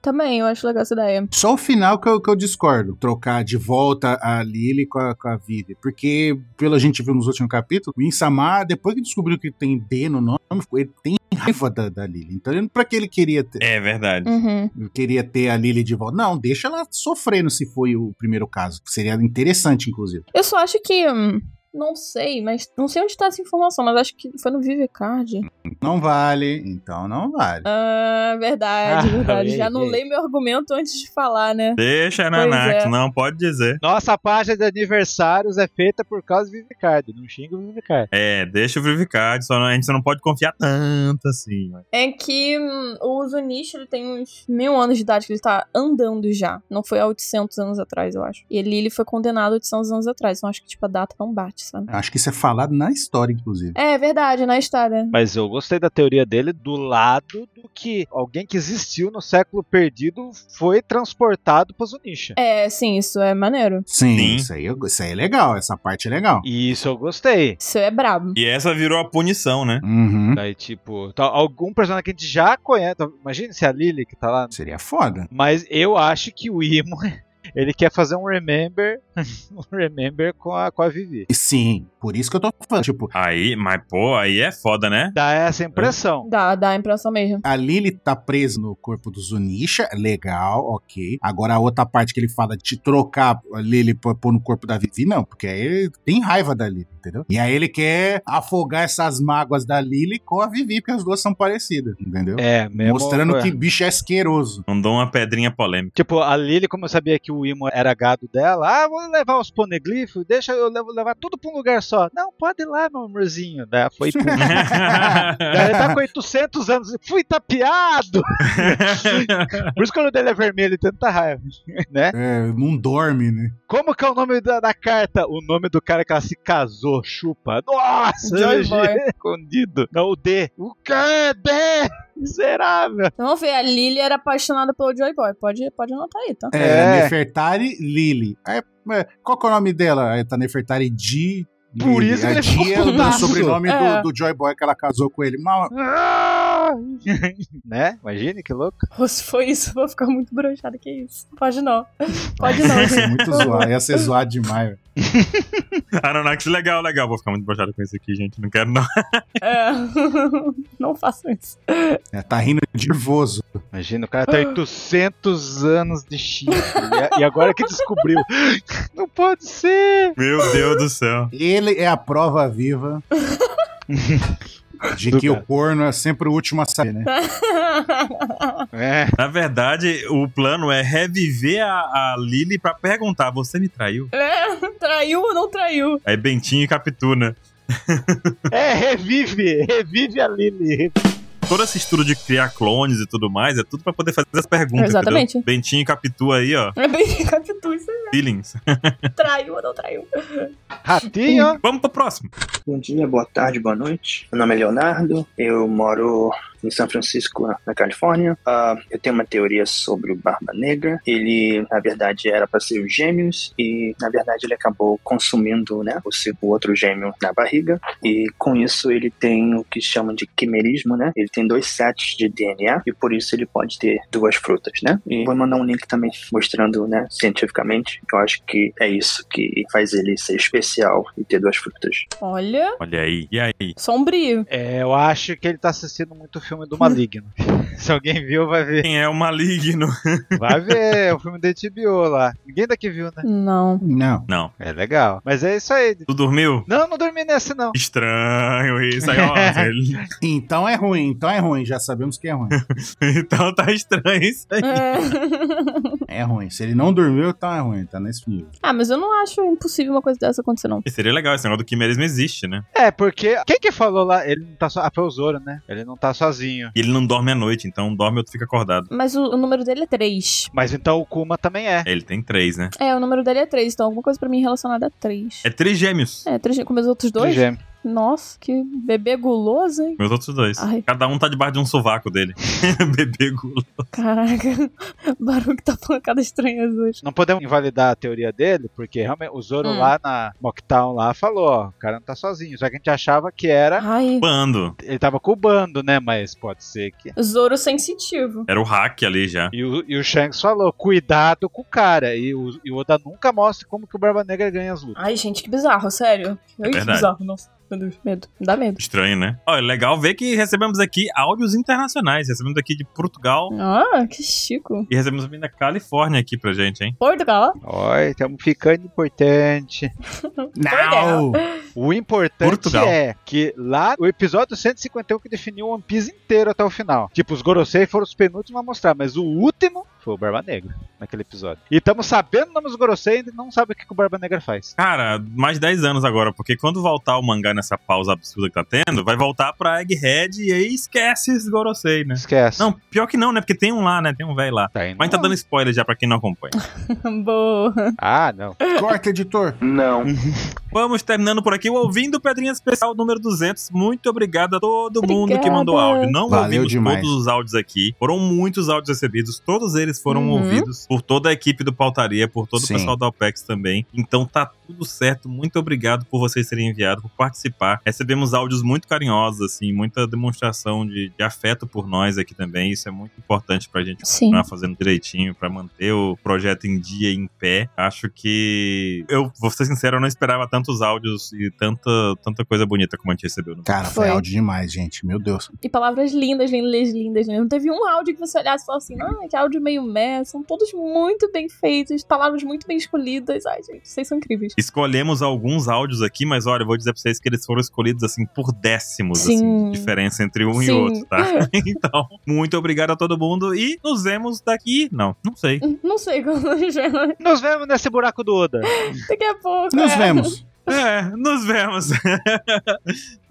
S2: Também, eu acho legal essa ideia.
S3: Só o final que eu, que eu discordo. Trocar de volta a Lily com a, com a Vivi. Porque, pelo a gente viu nos últimos capítulos, o Insama, depois que descobriu que tem D no nome, ele tem raiva da, da Lily. Então, ele- pra que ele queria ter?
S1: É verdade.
S2: Uhum.
S3: Eu queria ter a Lily de volta. Não, deixa ela sofrendo se foi o primeiro caso. Seria interessante, inclusive.
S2: Eu só acho que. hum, não sei, mas. Não sei onde tá essa informação, mas acho que foi no Vivecard.
S3: Não vale, então não vale.
S2: Ah, verdade,
S3: Ah,
S2: verdade.
S3: ei,
S2: Já não
S3: ei.
S2: leio meu argumento antes de falar, né? é.
S1: Deixa a
S4: é.
S1: Nanax,
S4: né?
S1: não pode dizer.
S4: Nossa página de aniversários é feita por causa do Vivicardo. Não xinga o Vivicardo.
S1: É, deixa o Vivicard, só não- a gente só não pode confiar tanto assim. mas-
S2: É que hum, o Zunichi, ele tem uns mil anos de idade que ele tá andando já. Não foi há 800 anos atrás, eu acho. E ele, ele foi condenado 800 anos atrás. Então acho que, tipo, a data não bate, sabe?
S3: Acho que isso é falado na história, inclusive.
S2: É verdade, na história.
S4: Mas eu gostei da teoria dele do lado do que alguém que existiu no século perdido foi transportado para Zunisha.
S2: É, sim, isso é maneiro.
S3: Sim, Isso, aí, eu- isso aí é legal, essa parte é legal.
S4: Isso eu gostei.
S2: Isso é brabo.
S1: E essa virou a punição, né?
S3: Uhum.
S4: Daí, tipo, tá, algum personagem que a gente já conhece. tá, Imagine se a Lily que tá lá.
S3: Seria foda.
S4: Mas eu acho que o Imo, ele quer fazer um remember, um remember com a, com a Vivi.
S3: Sim, por isso que eu tô falando, tipo...
S1: Aí, mas pô, aí é foda, né?
S4: Dá essa impressão.
S2: Dá, dá a impressão mesmo.
S3: A Lily tá presa no corpo do Zunisha, legal, ok. Agora a outra parte que ele fala de trocar a Lily pra pôr no corpo da Vivi, não, porque aí ele tem raiva da Lily, entendeu? E aí ele quer afogar essas mágoas da Lily com a Vivi, porque as duas são parecidas, entendeu?
S4: É, mesmo-
S3: Mostrando
S4: é.
S3: que bicho é asqueroso.
S1: Não dou uma pedrinha polêmica.
S4: Tipo, a Lily, como eu sabia que o Imo era gado dela, ah, vou levar os poneglifos, deixa eu levo- levar tudo pra um lugar só. Não, pode ir lá, meu amorzinho. Daí ela foi puta. Daí tá com 800 anos, fui tapeado. Por isso que o olho dele é vermelho, de tanta raiva, né?
S3: É, não dorme, né?
S4: Como que é o nome da, da carta? O nome do cara que ela se casou, chupa. Nossa,
S2: Joy
S4: G-
S2: Boy.
S4: escondido. Não, o D. O quê? D? Miserável.
S2: Então vamos ver, a Lily era apaixonada pelo Joy Boy. Pode, pode anotar aí, tá?
S3: É, Nefertari Lily. É, é, qual que é o nome dela? É, tá Nefertari Di.
S4: Por isso que
S3: a
S4: ele ficou
S3: Di é o
S4: putaço.
S3: sobrenome
S4: É.
S3: do, do Joy Boy que ela casou com ele. Mas,
S4: só. né? Imagine que louco.
S2: Pô, Se for isso, eu vou ficar muito broxada, que isso. Pode não. Pode não, gente.
S3: é Muito zoado, ia ser zoado demais, velho.
S1: Aronnax, legal, legal. Vou ficar muito brochado com isso aqui, gente. Não quero, não.
S2: É. Não façam isso.
S3: É, tá rindo nervoso.
S4: Imagina, o cara tem 800 anos de chifre. E a- E agora que descobriu. Não pode ser!
S1: Meu Deus do céu.
S3: Ele é a prova viva de que o corno é sempre o último a sair, né?
S4: É.
S1: Na verdade, o plano é reviver a, a Lily pra perguntar: você me traiu?
S2: É, traiu ou não traiu?
S1: Aí Bentinho e Capituna.
S4: É, revive! Revive a Lily!
S1: Todo esse estudo de criar clones e tudo mais é tudo pra poder fazer as perguntas.
S2: Exatamente.
S1: entendeu? Bentinho e Capitu aí, ó.
S2: É bem Capitu, isso aí. né?
S1: Feelings.
S2: Traiu ou não traiu?
S4: Ratinho!
S1: Vamos pro próximo.
S6: Bom dia, boa tarde, boa noite. Meu nome é Leonardo, eu moro em São Francisco, na Califórnia. Ah, eu tenho uma teoria sobre o Barba Negra. Ele, na verdade, era para ser os gêmeos e, na verdade, ele acabou consumindo né, o seu- o outro gêmeo na barriga. E, com isso, ele tem o que chamam de quimerismo, né? Ele tem dois sets de DNA e, por isso, ele pode ter duas frutas, né? E vou mandar um link também mostrando, né, cientificamente. Eu acho que é isso que faz ele ser especial e ter duas frutas.
S2: Olha,
S1: Olha aí, e aí?
S2: sombrio.
S4: É, eu acho que ele tá assistindo muito o filme do Maligno. Se alguém viu, vai ver.
S1: Quem é o Maligno?
S4: Vai ver, é o filme da HBO lá. Ninguém daqui viu, né?
S2: Não.
S3: Não.
S1: Não.
S4: É legal. Mas é isso aí.
S1: Tu dormiu?
S4: Não, não dormi nesse não.
S1: Estranho isso aí, é ó. velho.
S3: Então é ruim, então é ruim, já sabemos que é ruim.
S1: então tá estranho isso aí.
S2: É.
S3: É ruim. Se ele não dormiu, então é ruim, tá nesse nível.
S2: Ah, mas eu não acho impossível uma coisa dessa acontecer, não.
S1: E seria é legal, esse negócio do quimerismo existe, né?
S4: É, porque. Quem que falou lá? Ele não tá só. Ah, foi o Zoro, né? Ele não tá sozinho.
S1: E ele não dorme à noite, então um dorme e outro fica acordado.
S2: Mas o, o número dele é 3.
S4: Mas então o Kuma também é.
S1: Ele tem três, né?
S2: É, o número dele é 3, então alguma coisa pra mim relacionada a 3.
S1: É três gêmeos.
S2: É, 3 com meus outros dois?
S1: Trigêmeo.
S2: Nossa, que bebê guloso, hein?
S1: Meus outros dois.
S2: Ai.
S1: Cada um tá debaixo de um sovaco dele. Bebê gulo.
S2: Caraca, o barulho tá falando cada estranheza hoje.
S4: Não podemos invalidar a teoria dele, porque realmente o Zoro
S2: Hum.
S4: lá na Mocktown lá falou, ó, o cara não tá sozinho. Só que a gente achava que era
S1: Bando.
S4: Ele tava com o bando, né? Mas pode ser que.
S2: Zoro sensitivo.
S1: Era o hack ali já.
S4: E o, e o Shanks falou, cuidado com o cara. E o, e o Oda nunca mostra como que o Barba Negra ganha as lutas.
S2: Ai, gente, que bizarro, sério. Ai, É, que
S1: verdade.
S2: bizarro, nossa. Meu Deus, medo. Dá medo.
S1: Estranho, né? Olha, legal ver que recebemos aqui áudios internacionais. Recebemos aqui de Portugal
S2: Ah, que chico.
S1: e recebemos também da Califórnia aqui pra gente, hein?
S2: Portugal.
S4: Oi, estamos ficando importante.
S2: Não!
S4: O importante
S1: Portugal.
S4: é que lá o episódio 151 que definiu o One Piece inteiro até o final. Tipo, os Gorosei foram os penúltimos a mostrar, mas o último foi o Barba Negra naquele episódio. E estamos sabendo o nome dos Gorosei e ainda não sabe o que, que o Barba Negra faz.
S1: Cara, mais 10 anos agora, porque quando voltar o mangá nessa pausa absurda que tá tendo, vai voltar pra Egghead e aí esquece esse Gorosei, né?
S4: Esquece.
S1: Não, pior que não, né? Porque tem um lá, né? Tem um velho lá. Mas tá dando spoiler já pra quem não acompanha.
S2: Boa.
S4: Ah, não.
S3: Corta, editor.
S6: Não.
S1: Vamos terminando por aqui o Ouvindo Pedrinha Especial número 200. Muito obrigado a todo mundo que
S3: Obrigada.
S1: mandou áudio. Não
S3: Valeu
S1: ouvimos
S3: demais.
S1: todos os áudios aqui. Foram muitos áudios recebidos. Todos eles foram
S3: Uhum.
S1: ouvidos por toda a equipe do Pautaria, por todo
S3: Sim.
S1: o pessoal da OPEX também. Então tá tudo certo. Muito obrigado por vocês terem enviado, por participar. Recebemos áudios muito carinhosos, assim, muita demonstração de, de afeto por nós aqui também. Isso é muito importante pra gente
S2: Sim.
S1: continuar fazendo direitinho pra manter o projeto em dia e em pé. Acho que. Eu vou ser sincero, eu não esperava tantos áudios e tanta, tanta coisa bonita como a gente recebeu. No
S3: Cara, foi
S2: Foi.
S3: áudio demais, gente. Meu Deus.
S2: E palavras lindas, lindas, lindas, lindas. Não teve um áudio que você olhasse e falasse assim, ah, que áudio meio meh. São todos muito bem feitos, palavras muito bem escolhidas. Ai, gente, vocês são incríveis.
S1: Escolhemos alguns áudios aqui, mas olha, eu vou dizer pra vocês que eles foram escolhidos assim por décimos,
S2: Sim.
S1: assim, de diferença entre um e
S2: Sim.
S1: outro, tá? Então, muito obrigado a todo mundo e nos vemos daqui. Não, não sei.
S2: Não sei como já...
S4: Nos vemos nesse buraco do Oda.
S2: Daqui a pouco. é.
S1: É, nos vemos.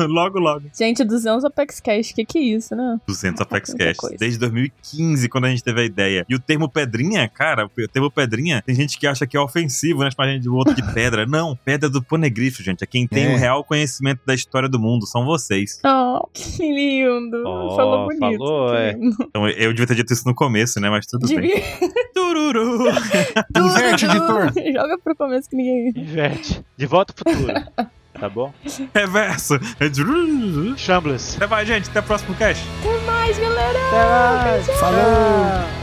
S1: logo, logo.
S2: Gente, 200 Apex Cash, que que é isso, né?
S1: 200 Apex Cash. Desde 2015, quando a gente teve a ideia. E o termo pedrinha, cara, o termo pedrinha, tem gente que acha que é ofensivo, né? Chamar a gente de outro de pedra. Não, pedra do Ponegrifo, gente. É quem tem
S4: É.
S1: o real conhecimento da história do mundo, são vocês.
S2: Oh, que lindo.
S1: Ó,
S2: falou bonito.
S1: Oh,
S2: tá
S1: falou, é. Então eu devia ter dito isso no começo, né? Mas tudo bem. Um
S2: Devia-
S1: Tururu.
S2: Joga pro começo que ninguém.
S4: Inverte. De volta pro futuro. tá bom?
S1: Reverso.
S4: Chambliss.
S1: Até mais, gente. Até o próximo cast.
S2: Até mais, galera!
S1: Falou!